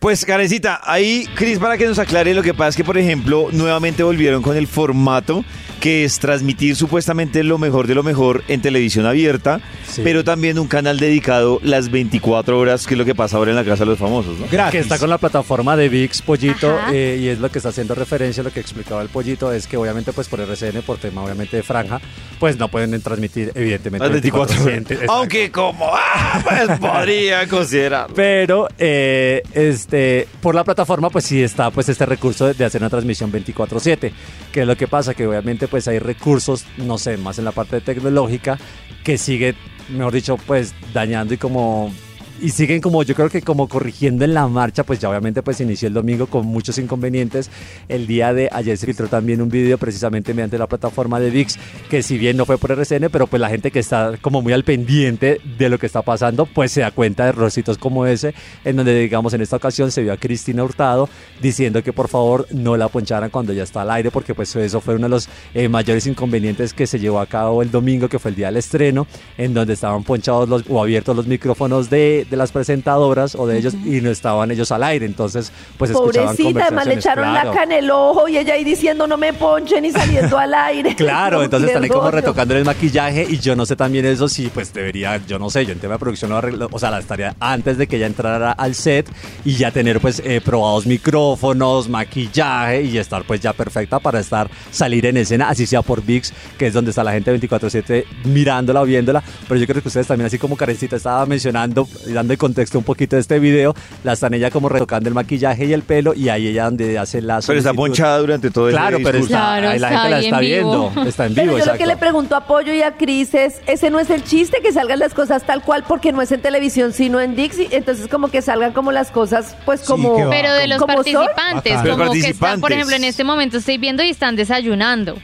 Pues, Karencita, ahí, Cris, para que nos aclare, lo que pasa es que, por ejemplo, nuevamente volvieron con el formato que es transmitir supuestamente lo mejor de lo mejor en televisión abierta, pero también un canal dedicado las 24 horas, que es lo que pasa ahora en la Casa de los Famosos, ¿no?
Que está con la plataforma de VIX Pollito eh, y es lo que está haciendo referencia, lo que explicaba el Pollito es que obviamente pues por RCN, por tema obviamente de franja, pues no pueden transmitir evidentemente
Las 24 horas.
24/7, exacto.
Aunque como, ah, pues podría considerar.
Pero eh, este, por la plataforma pues sí está pues este recurso de, de hacer una transmisión 24/7, que es lo que pasa, que obviamente pues hay recursos, no sé, más en la parte tecnológica, que sigue, mejor dicho, pues dañando y como... Y siguen como, yo creo que como corrigiendo en la marcha, pues ya obviamente pues inició el domingo con muchos inconvenientes. El día de ayer se filtró también un video precisamente mediante la plataforma de VIX, que si bien no fue por RCN, pero pues la gente que está como muy al pendiente de lo que está pasando, pues se da cuenta de errorcitos como ese, en donde digamos en esta ocasión se vio a Cristina Hurtado diciendo que por favor no la poncharan cuando ya está al aire, porque pues eso fue uno de los eh, mayores inconvenientes que se llevó a cabo el domingo, que fue el día del estreno, en donde estaban ponchados los, o abiertos los micrófonos de, de las presentadoras o de ellos y no estaban ellos al aire, entonces pues escuchaban
Pobrecita, además le
conversaciones,
echaron
claro.
laca en el ojo y ella ahí diciendo no me ponchen y saliendo al aire.
<laughs> Claro,
<laughs> No,
entonces
qué
están ahí como
rollo.
retocando el maquillaje y yo no sé también eso si pues debería, yo no sé, yo en tema de producción lo arreglo, o sea, la estaría antes de que ella entrara al set y ya tener pues eh, probados micrófonos, maquillaje y estar pues ya perfecta para estar, salir en escena, así sea por VIX, que es donde está la gente 24/7 mirándola o viéndola, pero yo creo que ustedes también así como Karencita estaba mencionando, y dando el contexto un poquito de este video, la están ella como retocando el maquillaje y el pelo y ahí ella donde hace la
Pero está
solicitud.
ponchada durante todo el
Claro, pero está,
Claro,
ahí la
está
gente la
ahí
está
en vivo.
viendo, está en
Pero
vivo,
yo lo
exacto.
que le pregunto a Pollo y a Cris es, ese no es el chiste, que salgan las cosas tal cual, porque no es en televisión, sino en Dixie, entonces como que salgan como las cosas, pues como...
qué va. Pero de los
como son.
participantes,
Bacán. Pero
como que están, por
participantes.
ejemplo, en este momento estoy viendo y están desayunando.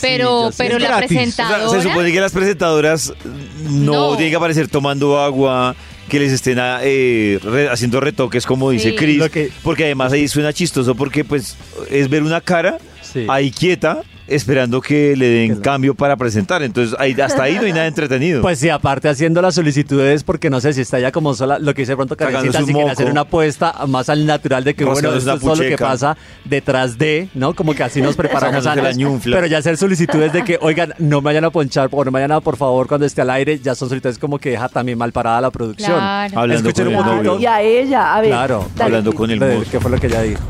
Pero,
Oh,
yo sé.
pero
Es
la
gratis. O sea,
presentadora.
se supone que las presentadoras no,
No.
tienen que aparecer tomando agua, que les estén ah, eh, re- haciendo retoques, como dice
Sí.
Chris.
Lo
Porque además ahí suena chistoso, porque pues es ver una cara ahí quieta, esperando que le den cambio para presentar. Entonces ahí, hasta ahí no hay nada entretenido.
Pues sí, aparte haciendo las solicitudes, porque no sé si está ya como sola, lo que dice pronto Karencita,
Sacándose un
si quiere
moco.
hacer una apuesta más al natural de que bueno,
Rascándose
esto
una
es todo lo que
pucheca.
pasa detrás de, ¿no? Como que así
<laughs>
nos preparamos
Sacándose la
antes.
ñunfla.
Pero ya hacer solicitudes de
<laughs>
que, oigan, no me vayan a ponchar o no me vayan a, por favor, cuando esté al aire, ya son solicitudes como que deja también mal parada la producción.
Claro.
Hablando
Escuchen
con
un
el
poquito.
Y a ella, a ver.
Claro,
dale.
con el ¿Qué fue lo que ella dijo?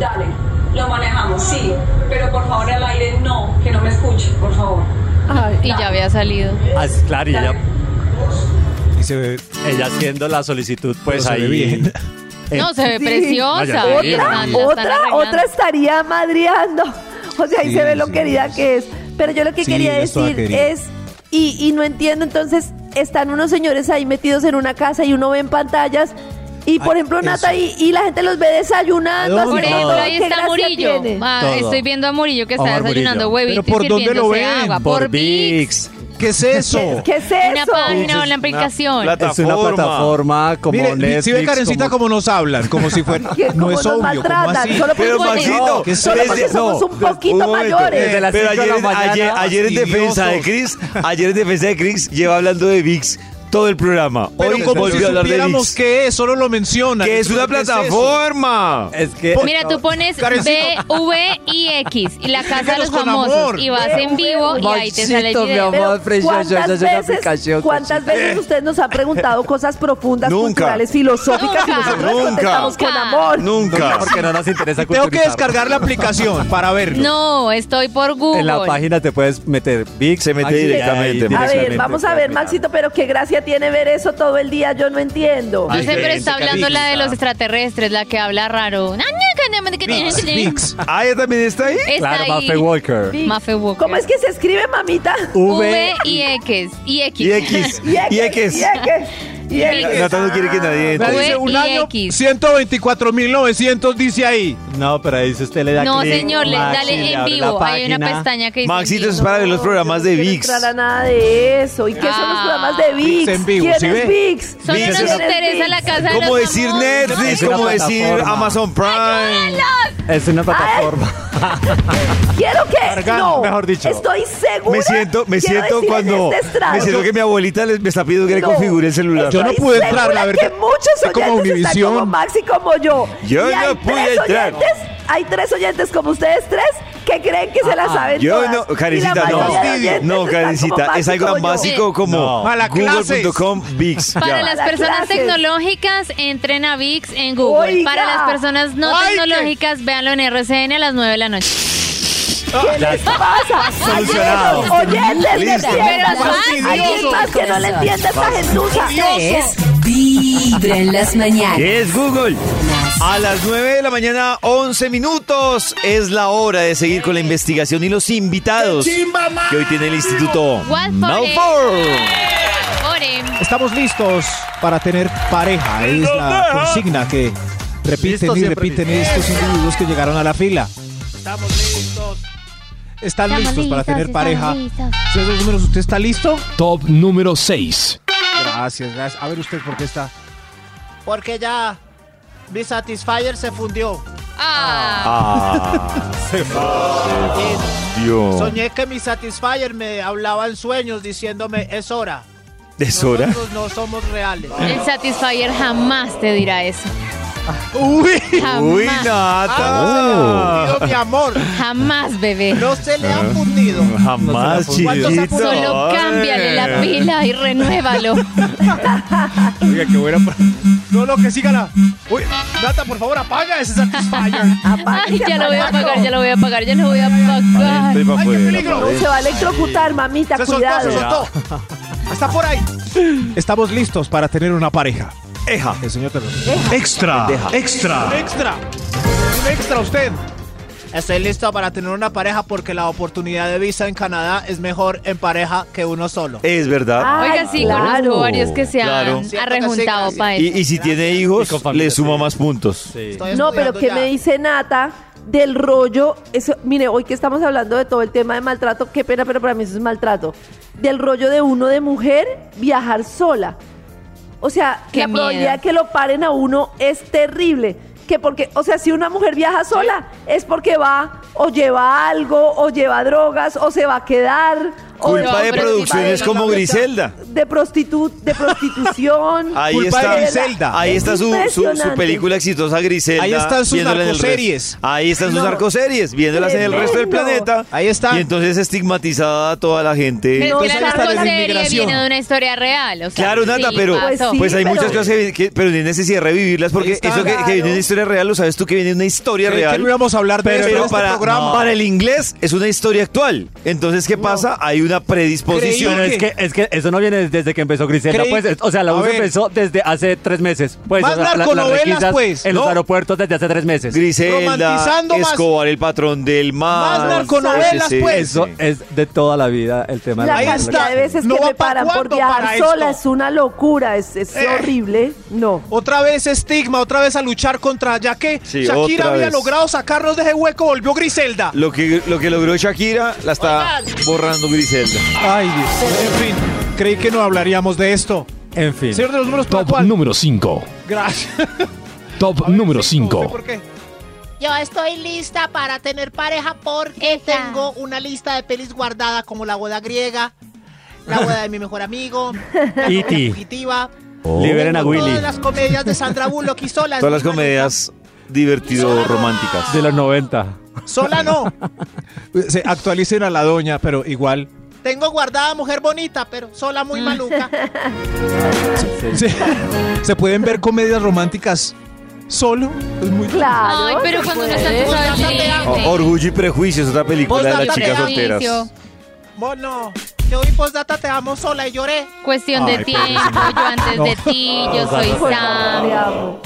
Dale, lo manejamos, sí. Pero por favor al aire no, que no me escuche, por favor.
y ya había salido.
Ah, sí, claro, y ella, ella haciendo la solicitud, pues
se ve
ahí.
bien.
Eh,
No, se ve
Sí.
preciosa.
No, ya se ve bien.
Otra,
Están- la están
otra,
arreglando.
otra estaría madreando. O sea, ahí
Sí,
se ve lo
sí,
querida que es. Pero yo lo que
Sí,
quería
ella es toda
decir
querida.
es, y, y no entiendo, entonces están unos señores ahí metidos en una casa y uno ve en pantallas. Y por
Ah,
ejemplo, Nata, y,
eso.
y la gente los ve desayunando.
Por ejemplo,
haciendo todo,
ahí
¿qué
está
gracia
Murillo.
tiene?
Ah,
Todo.
estoy viendo a Murillo que está
Omar
desayunando
Murillo.
huevitos y sirviéndose agua.
Por VIX.
¿Qué es
<laughs>
eso?
¿Qué es
Una página o una Ah, aplicación.
Es una plataforma como
Mire,
Netflix.
Si ve Karencita como... nos hablan, como si
<laughs>
fuera.
Que
no
como
es
nos
obvio, como
maltratan,
así.
solo porque- Pero, Maxito,
No, ¿qué es
solo porque
eso?
somos un poquito
momento.
mayores. Desde las
Pero
cinco
ayer,
de la
ayer-
mañana,
ayer en defensa de Chris, ayer en defensa de Chris lleva hablando de VIX todo el programa.
Pero
Hoy
como si
volvió a hablar de
supiéramos
VIX.
qué es, solo lo menciona.
Que es una plataforma.
Es que
Mira, tú pones
Karencita.
BVIX y la casa de
Díganos
los
con
famosos
amor.
y vas en vivo y ahí te sale el
Maxito,
video.
mi amor,
Pero
preciosa, esa es una
¿Cuántas veces,
aplicación,
cuántas
cosita.
veces usted nos ha
<laughs>
preguntado cosas profundas,
Eh. Nunca.
culturales, filosóficas y nosotros
Nunca.
contestamos con amor?
Porque no nos interesa
Tengo que
culturizar.
descargar la
<laughs>
aplicación para verlo.
No, estoy por Google.
En la página te puedes meter VIX. Se
mete directamente,
A ver, vamos a ver, Maxito, pero qué gracia tiene ver eso todo el día, yo no entiendo.
No sé, pero está hablando la de los extraterrestres, la que habla raro.
Ah, ella también está ahí.
Está Claro, ahí. Maffe
Walker.
Mafe Walker.
¿Cómo es que se escribe, mamita?
V y X. Y X.
Y X. Y X.
Y
X.
Nata no quiere que nadie entre.
Ah. Dice un año, 124.900 dice ahí.
No, pero ahí si usted le da
No,
clic,
señor, le-
Maxi,
dale
le
en
abre la
vivo. Hay una
página.
pestaña que dice. en
Maxito, eso es
vivo.
para ver los programas de
No
VIX.
entrará nada de eso. ¿Y qué son los
Ah.
programas de VIX?
VIX en vivo,
¿Quién
¿sí
es
ve?
VIX?
Solo
VIX
nos
es-
interesa la casa de
Como
los
decir
famosos.
Netflix,
Es una
como decir
plataforma.
Amazon Prime.
Es una
<laughs>
plataforma.
Quiero que.
Carga,
no,
mejor dicho.
Estoy segura.
Me siento, me
quiero
siento
decir en
cuando.
este estrado,
me siento
yo-
que mi abuelita les- me está pidiendo que le
No,
configure el celular.
estoy segura Que muchos
como
oyentes están
Univisión.
como Max y como yo.
Yo
Y hay
no pude
tres
entrar.
oyentes- hay tres oyentes como ustedes tres que creen que se la saben
Ah, Yo
todas.
no,
Y la
Karencita,
mayoría de
no.
oyentes
No,
están como
Karencita,
Max
es
y
algo
como
tan
yo.
básico como
No. Malaclases.
google.com VIX.
Para
ya.
las personas
clases.
tecnológicas, entren a VIX en Google.
Oiga.
Para las personas no
Ay, qué-
tecnológicas, véanlo en RCN a las 9 de la noche.
¿Qué les pasa?
Solucionado.
Oyentes, que
Listo.
entiendan.
Pero más,
Hay más que no le entiende esta gentuza.
Este es Vibra en las mañanas.
¿Qué es Google? A las 9 de la mañana, 11 minutos, es la hora de seguir con la investigación y los invitados que hoy tiene el Instituto
What for
Malfour.
Ore.
Estamos listos para tener pareja. Es la consigna que repiten y repiten estos individuos que llegaron a la fila.
Estamos listos.
Están
Estamos
listos para
listos,
tener
estamos
pareja.
listos.
Señor de los números, ¿usted está listo?
Top número 6.
Gracias, gracias. A ver usted por qué está.
Porque ya mi Satisfyer se fundió.
Ah.
Ah.
se fundió.
Soñé que mi Satisfyer me hablaba en sueños diciéndome, es hora.
¿Es hora?
Nosotros no somos reales.
El Satisfyer jamás te dirá eso.
Uy,
Jamás.
Uy,
Ah,
Nata.
Ah.
Mi amor.
Jamás, bebé.
No se le ha
Ah.
fundido.
Jamás, chiquito.
Solo cámbiale la pila y renuévalo.
<laughs> Oiga, qué buena. pa- No, no, que sígala. Uy, Nata, por favor, apaga ese Satisfyer.
Ay, ya lo voy a apagar, ya lo voy a apagar, ya lo voy a apagar.
Estoy pa'
Ay, qué
fuera,
peligro.
pa'
Se va a electrocutar, mamita,
Se soltó,
cuidado.
se soltó. Está por ahí. Estamos listos para tener una pareja. Eja. El señor te lo-
Extra,
Pendeja.
extra.
Un extra. Un extra usted.
Estoy listo para tener una pareja porque la oportunidad de visa en Canadá es mejor en pareja que uno solo.
Es verdad.
Ah.
Oiga, sí, conozco varios que se
Claro.
han arrejuntado para eso.
Y, y si tiene hijos, le suma más puntos.
No, pero ¿qué me dice Nata del rollo? Eso, mire, hoy que estamos hablando de todo el tema de maltrato, qué pena, pero para mí eso es maltrato. Del rollo de uno de mujer viajar sola. O sea,
Qué
la
miedo.
probabilidad que lo paren a uno es terrible. Que porque, o sea, si una mujer viaja sola, es porque va o lleva algo, o lleva drogas, o se va a quedar. o-
Culpa de producciones como Griselda.
De, prostitu de prostitución.
<laughs> Ahí
Culpa
está
de la-
Ahí
Es
está su, su- su,
impresionante.
película exitosa Griselda.
Ahí están sus
viéndola en el
narcoseries.
resto. Ahí están sus narcoseries, viéndolas en el resto del
Tremendo.
planeta. Ahí está. Y entonces estigmatizada a toda la gente.
Pero es que la
está la
narcoserie
inmigración.
viene de una historia real. o sea,
Claro, nada,
sí,
pero pues,
pasó.
hay muchas cosas que, que- pero no hay necesidad de revivirlas porque
está,
eso que, que
claro.
viene de una historia real, lo sabes tú que viene de una historia
Creí que
real.
no íbamos a hablar de
pero
esto en este
para,
programa.
para el inglés es una historia actual. Entonces, ¿qué pasa? Hay una predisposición.
Pero es que, es que eso no viene desde que empezó Griselda.
Creí-
Pues, es- o sea, la
A
U
ver.
empezó desde hace tres meses. Pues,
Más
o sea, la- las
narconovelas,
requisas
pues,
En
¿no?
los aeropuertos desde hace tres meses.
Griselda,
Romantizando más-
Escobar, el patrón del mar. ese, ese.
Eso es de toda la vida el tema
pues. La
de
cantidad de veces que me paran por
cuándo para
viajar
esto?
sola es una locura, es, es horrible. No.
Eh. Otra vez estigma, otra vez a luchar contra, ya que
Sí,
Shakira
otra
había
vez.
logrado sacarnos de ese hueco, volvió Griselda.
Lo que, lo que logró Shakira la está borrando Griselda.
Ay, Dios. En fin, creí que no hablaríamos de esto.
En fin.
Señor de los números, ¿para
Top
cuál?
número 5.
Gracias.
Top número 5.
Yo estoy lista para tener pareja porque tengo una lista de pelis guardada como la boda griega, la boda de mi
<laughs>
mejor amigo, la novia
E.T..
fugitiva,
E
Oh.
Oh. Liberen a
tengo
Willy.
Todas las comedias de Sandra Bullock y sola.
Todas las comedias divertido románticas.
De los 90.
<laughs>
Sola no.
Se actualicen a la doña, pero igual.
Tengo guardada mujer bonita, pero sola muy maluca.
Se, se pueden ver comedias románticas solo. Es muy
<laughs> Claro.
Ay, pero cuando uno está
Pues,
empezando
pues,
a
O- Orgullo y Prejuicio es otra película de las
Postdata
chicas solteras.
Prejuicio.
Bueno, yo vi postdata te amo sola y lloré.
Cuestión
Ay,
de tiempo,
pobrecita.
yo antes
No.
de ti, yo
No,
soy
no,
Bueno,
Sam.
te amo.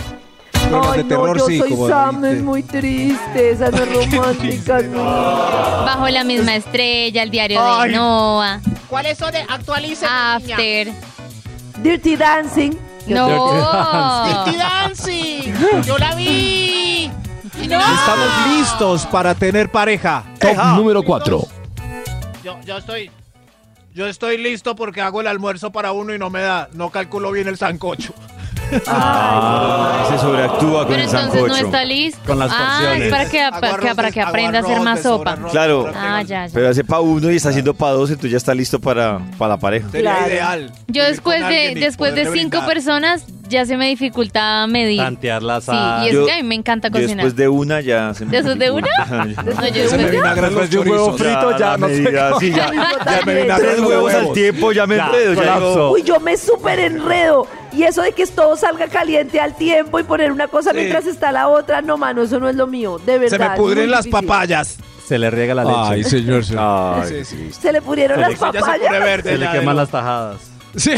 Pero las
Ay,
de
no,
terror
yo
sí, como
soy Sam, es muy triste,
<laughs>
esa no es romántica, no.
Bajo la misma estrella, el diario
Ay.
de Noah,
¿Cuáles son? de- Actualicen. niña.
After.
Dirty Dancing.
No.
Dirty Dancing. Yo la vi. No.
Estamos listos para tener pareja.
Top número 4.
Yo, yo estoy. Yo estoy listo porque hago el almuerzo para uno y no me da. No calculo bien el sancocho.
Ah, se sobreactúa con
Pero
el
entonces
sancocho.
no está listo.
Con las
ah, es
porciones.
para que, para que, para que aprenda a hacer más sopa.
Claro.
Ah, ya, ya.
Pero hace pa' uno y está haciendo pa' dos, entonces ya está listo para, para la pareja.
Sería
Claro.
ideal.
Yo después de,
alguien y
después de
poderle
cinco
brindar.
personas ya se me dificulta medir.
Tantear las
Sí, y es
Yo-
que a mí me encanta
Yo
cocinar.
después de una ya se me.
¿De esos de
<laughs>
una? No, yo después de una.
después
de un huevo frito, ya no sé cómo.
ya, ya me
Tres
<laughs> tres huevos al
huevos.
tiempo, ya me
Ya,
enredo. Ya
colapso.
digo,
Uy, yo me súper enredo. Y eso de que todo salga caliente al tiempo y poner una cosa
Sí.
mientras está la otra, no, mano, eso no es lo mío, de verdad.
Se me
es
pudren
muy
las
difícil.
papayas.
Se le riega la leche.
Ay, señor. señor. Sí,
Ay,
sí.
Se le pudieron
Se le-
las
ya se pone
papayas.
verde.
Se le
Ya,
queman
no.
las tajadas.
Sí.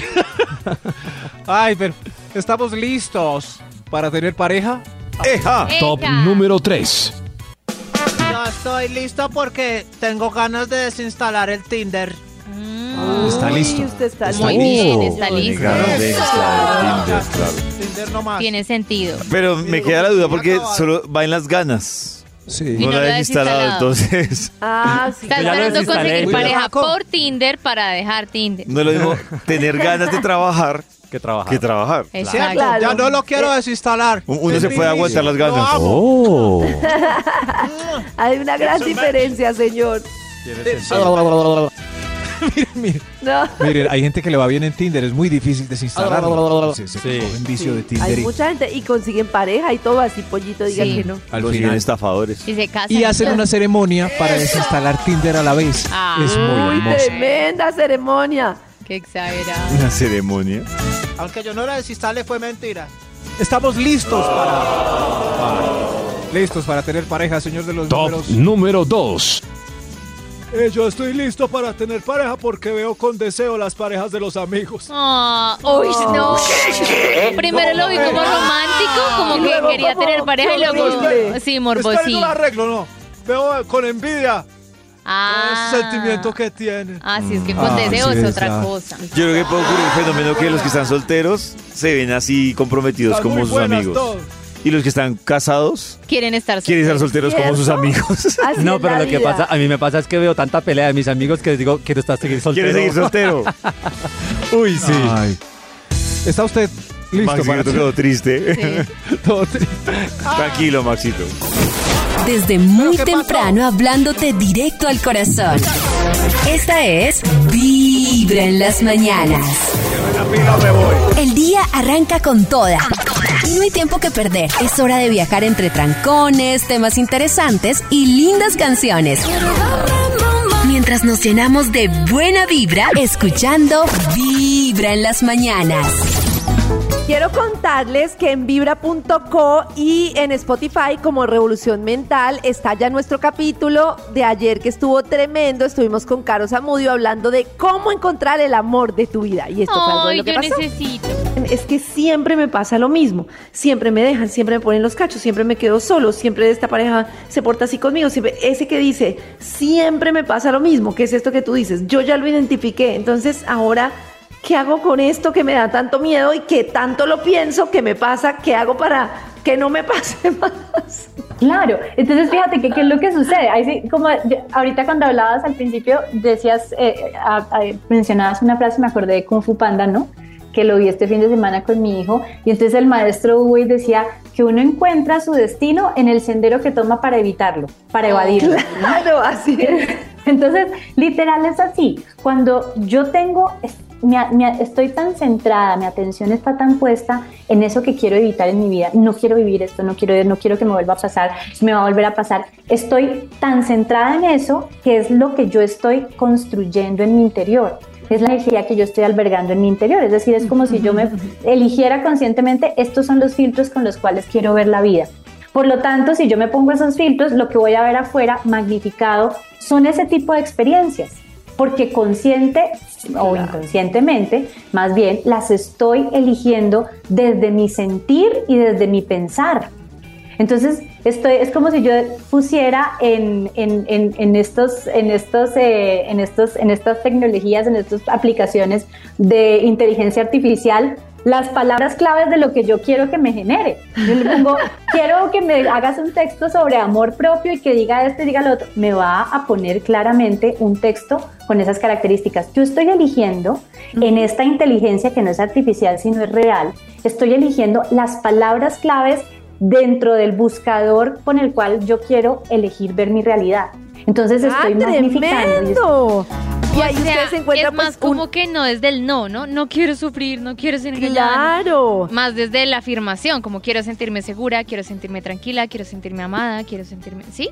Ay, pero estamos listos para tener pareja.
¡Eja!
Top número 3.
Yo estoy listo porque tengo ganas de desinstalar el Tinder.
Mm.
Está listo.
Uy, usted está
Muy
listo.
bien, está listo.
Tinder no más.
Tiene sentido.
Pero me queda la duda porque solo va en las ganas.
Sí.
Y
No
no
la
lo
he
has
instalado,
instalado.
entonces. <laughs>
Ah, sí.
Está
Ya lo
esperando
desinstalé.
conseguir
Muy
pareja
berraco.
por Tinder para dejar Tinder.
No es lo mismo tener ganas de trabajar
Que trabajar.
que trabajar.
Exacto.
Claro.
Ya no lo quiero desinstalar.
Uno se
Sí.
puede aguantar las
Lo
ganas.
amo.
Oh.
<laughs> Hay una gran diferencia, señor. No.
Miren, hay gente que le va bien en Tinder, es muy difícil desinstalarlo. Se, se
Sí.
cogen vicio de Tinder
Hay
y,
mucha gente y consiguen pareja y todo así, pollito, diga
Sí.
que no.
al
Los
final.
estafadores.
Y se casan.
Y hacen una ceremonia para desinstalar Tinder a la vez.
Ah.
Es muy
Uy,
hermoso.
tremenda ceremonia.
Qué exagerado.
Una ceremonia.
Aunque yo no la desinstalé, fue mentira.
Estamos listos para, para- Listos para tener pareja, señor de los
Top
números.
número 2.
Eh, yo estoy listo para tener pareja porque veo con deseo las parejas de los amigos.
Ah, uy, no. Primero lo vi como romántico, como
Y
que
luego
quería
como-
tener pareja y
qué
luego.
horrible.
Sí,
Esperen,
morbosí.
no la arreglo, no. Veo eh, con envidia
Ah,
el sentimiento que tiene.
ah, sí, es que con
Ah,
deseo
sí,
es
es
otra
la-
cosa.
Yo creo que puede ocurrir el fenómeno que los que están solteros se ven así comprometidos
Están muy
como sus
buenas
amigos.
todas.
Y los que están casados
Quieren estar solteros.
quieren estar solteros como sus amigos.
<laughs>
No, pero lo que pasa, a mí me pasa es que veo tanta pelea de mis amigos que les digo, quiero estar seguir soltero.
¿Quieres seguir
<laughs>
soltero?
Uy, sí.
¿Está usted listo
Maxi,
para
que todo triste. <laughs>
Todo <laughs> triste.
Ah.
Tranquilo, Maxito.
Desde muy temprano hablándote directo al corazón. Esta es Vibra en las mañanas. El día arranca con toda. Y no hay tiempo que perder. Es hora de viajar entre trancones, temas interesantes y lindas canciones. Mientras nos llenamos de buena vibra, escuchando Vibra en las mañanas.
Quiero contarles que en vibra.co y en Spotify como Revolución Mental está ya nuestro capítulo de ayer que estuvo tremendo. Estuvimos con Caro Zamudio hablando de cómo encontrar el amor de tu vida. Y esto fue algo de
Ay,
lo que
yo
pasó.
necesito.
Es que siempre me pasa lo mismo. Siempre me dejan, siempre me ponen los cachos, siempre me quedo solo, siempre esta pareja se porta así conmigo. Siempre ese que dice, siempre me pasa lo mismo, que es esto que tú dices. Yo ya lo identifiqué, entonces ahora ¿qué hago con esto que me da tanto miedo y que tanto lo pienso que me pasa? ¿Qué hago para que no me pase <laughs> más?
Claro, entonces fíjate que qué es lo que sucede. Pues Ahí sí, como yo- ahorita cuando hablabas al principio, decías, eh, a- a- mencionabas una frase, me acordé de Kung Fu Panda, ¿no? Que lo vi este fin de semana con mi hijo. Y entonces el maestro Hugo y decía que uno encuentra su destino en el sendero que toma para evitarlo, para evadirlo.
Oh, Claro, así es.
<laughs> Entonces, literal es así. Cuando yo tengo, es- mi a- mi a- estoy tan centrada, mi atención está tan puesta en eso que quiero evitar en mi vida. No quiero vivir esto, no quiero, no quiero que me vuelva a pasar, me va a volver a pasar. Estoy tan centrada en eso que es lo que yo estoy construyendo en mi interior. Es la energía que yo estoy albergando en mi interior. Es decir, es como si yo me eligiera conscientemente, estos son los filtros con los cuales quiero ver la vida. Por lo tanto, si yo me pongo esos filtros, lo que voy a ver afuera magnificado son ese tipo de experiencias, porque consciente o inconscientemente, más bien, las estoy eligiendo desde mi sentir y desde mi pensar. Entonces, estoy, es como si yo pusiera en, en- en- en estos, en, estos, eh, en, estos, en estas tecnologías, en estas aplicaciones de inteligencia artificial, las palabras claves de lo que yo quiero que me genere. Yo le pongo, quiero que me hagas un texto sobre amor propio y que diga esto y diga lo otro. Me va a poner claramente un texto con esas características. Yo estoy eligiendo en esta inteligencia que no es artificial, sino es real, estoy eligiendo las palabras claves dentro del buscador con el cual yo quiero elegir ver mi realidad. Entonces estoy magnificando.
Y o sea, es
pues,
más como que no desde el no, ¿no? No quiero sufrir, no quiero ser engañada.
Claro.
Más desde la afirmación, como quiero sentirme segura, quiero sentirme tranquila, quiero sentirme amada, quiero sentirme... ¿Sí?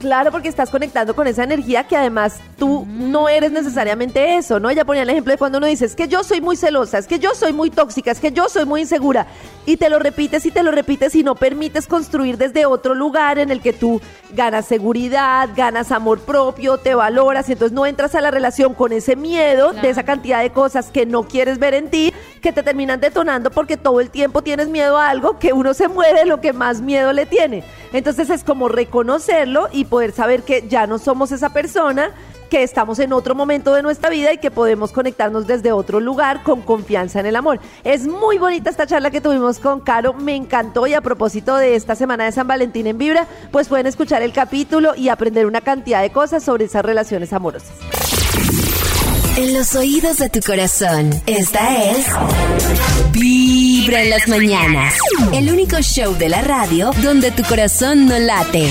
Claro, porque estás conectando con esa energía que además tú no eres necesariamente eso, ¿no? Ella ponía el ejemplo de cuando uno dice, es que yo soy muy celosa, es que yo soy muy tóxica, es que yo soy muy insegura. Y te lo repites y te lo repites y no permites construir desde otro lugar en el que tú ganas seguridad, ganas amor propio, te valoras y entonces no entras a la relación con ese miedo de esa cantidad de cosas que no quieres ver en ti, que te terminan detonando porque todo el tiempo tienes miedo a algo que uno se muere de lo que más miedo le tiene. Entonces es como reconocerlo y poder saber que ya no somos esa persona, que estamos en otro momento de nuestra vida y que podemos conectarnos desde otro lugar con confianza en el amor. Es muy bonita esta charla que tuvimos con Caro, me encantó y a propósito de esta semana de San Valentín en Vibra, pues pueden escuchar el capítulo y aprender una cantidad de cosas sobre esas relaciones amorosas.
En los oídos de tu corazón, esta es Vibra en las mañanas. El único show de la radio donde tu corazón no late.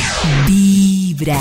Vibra.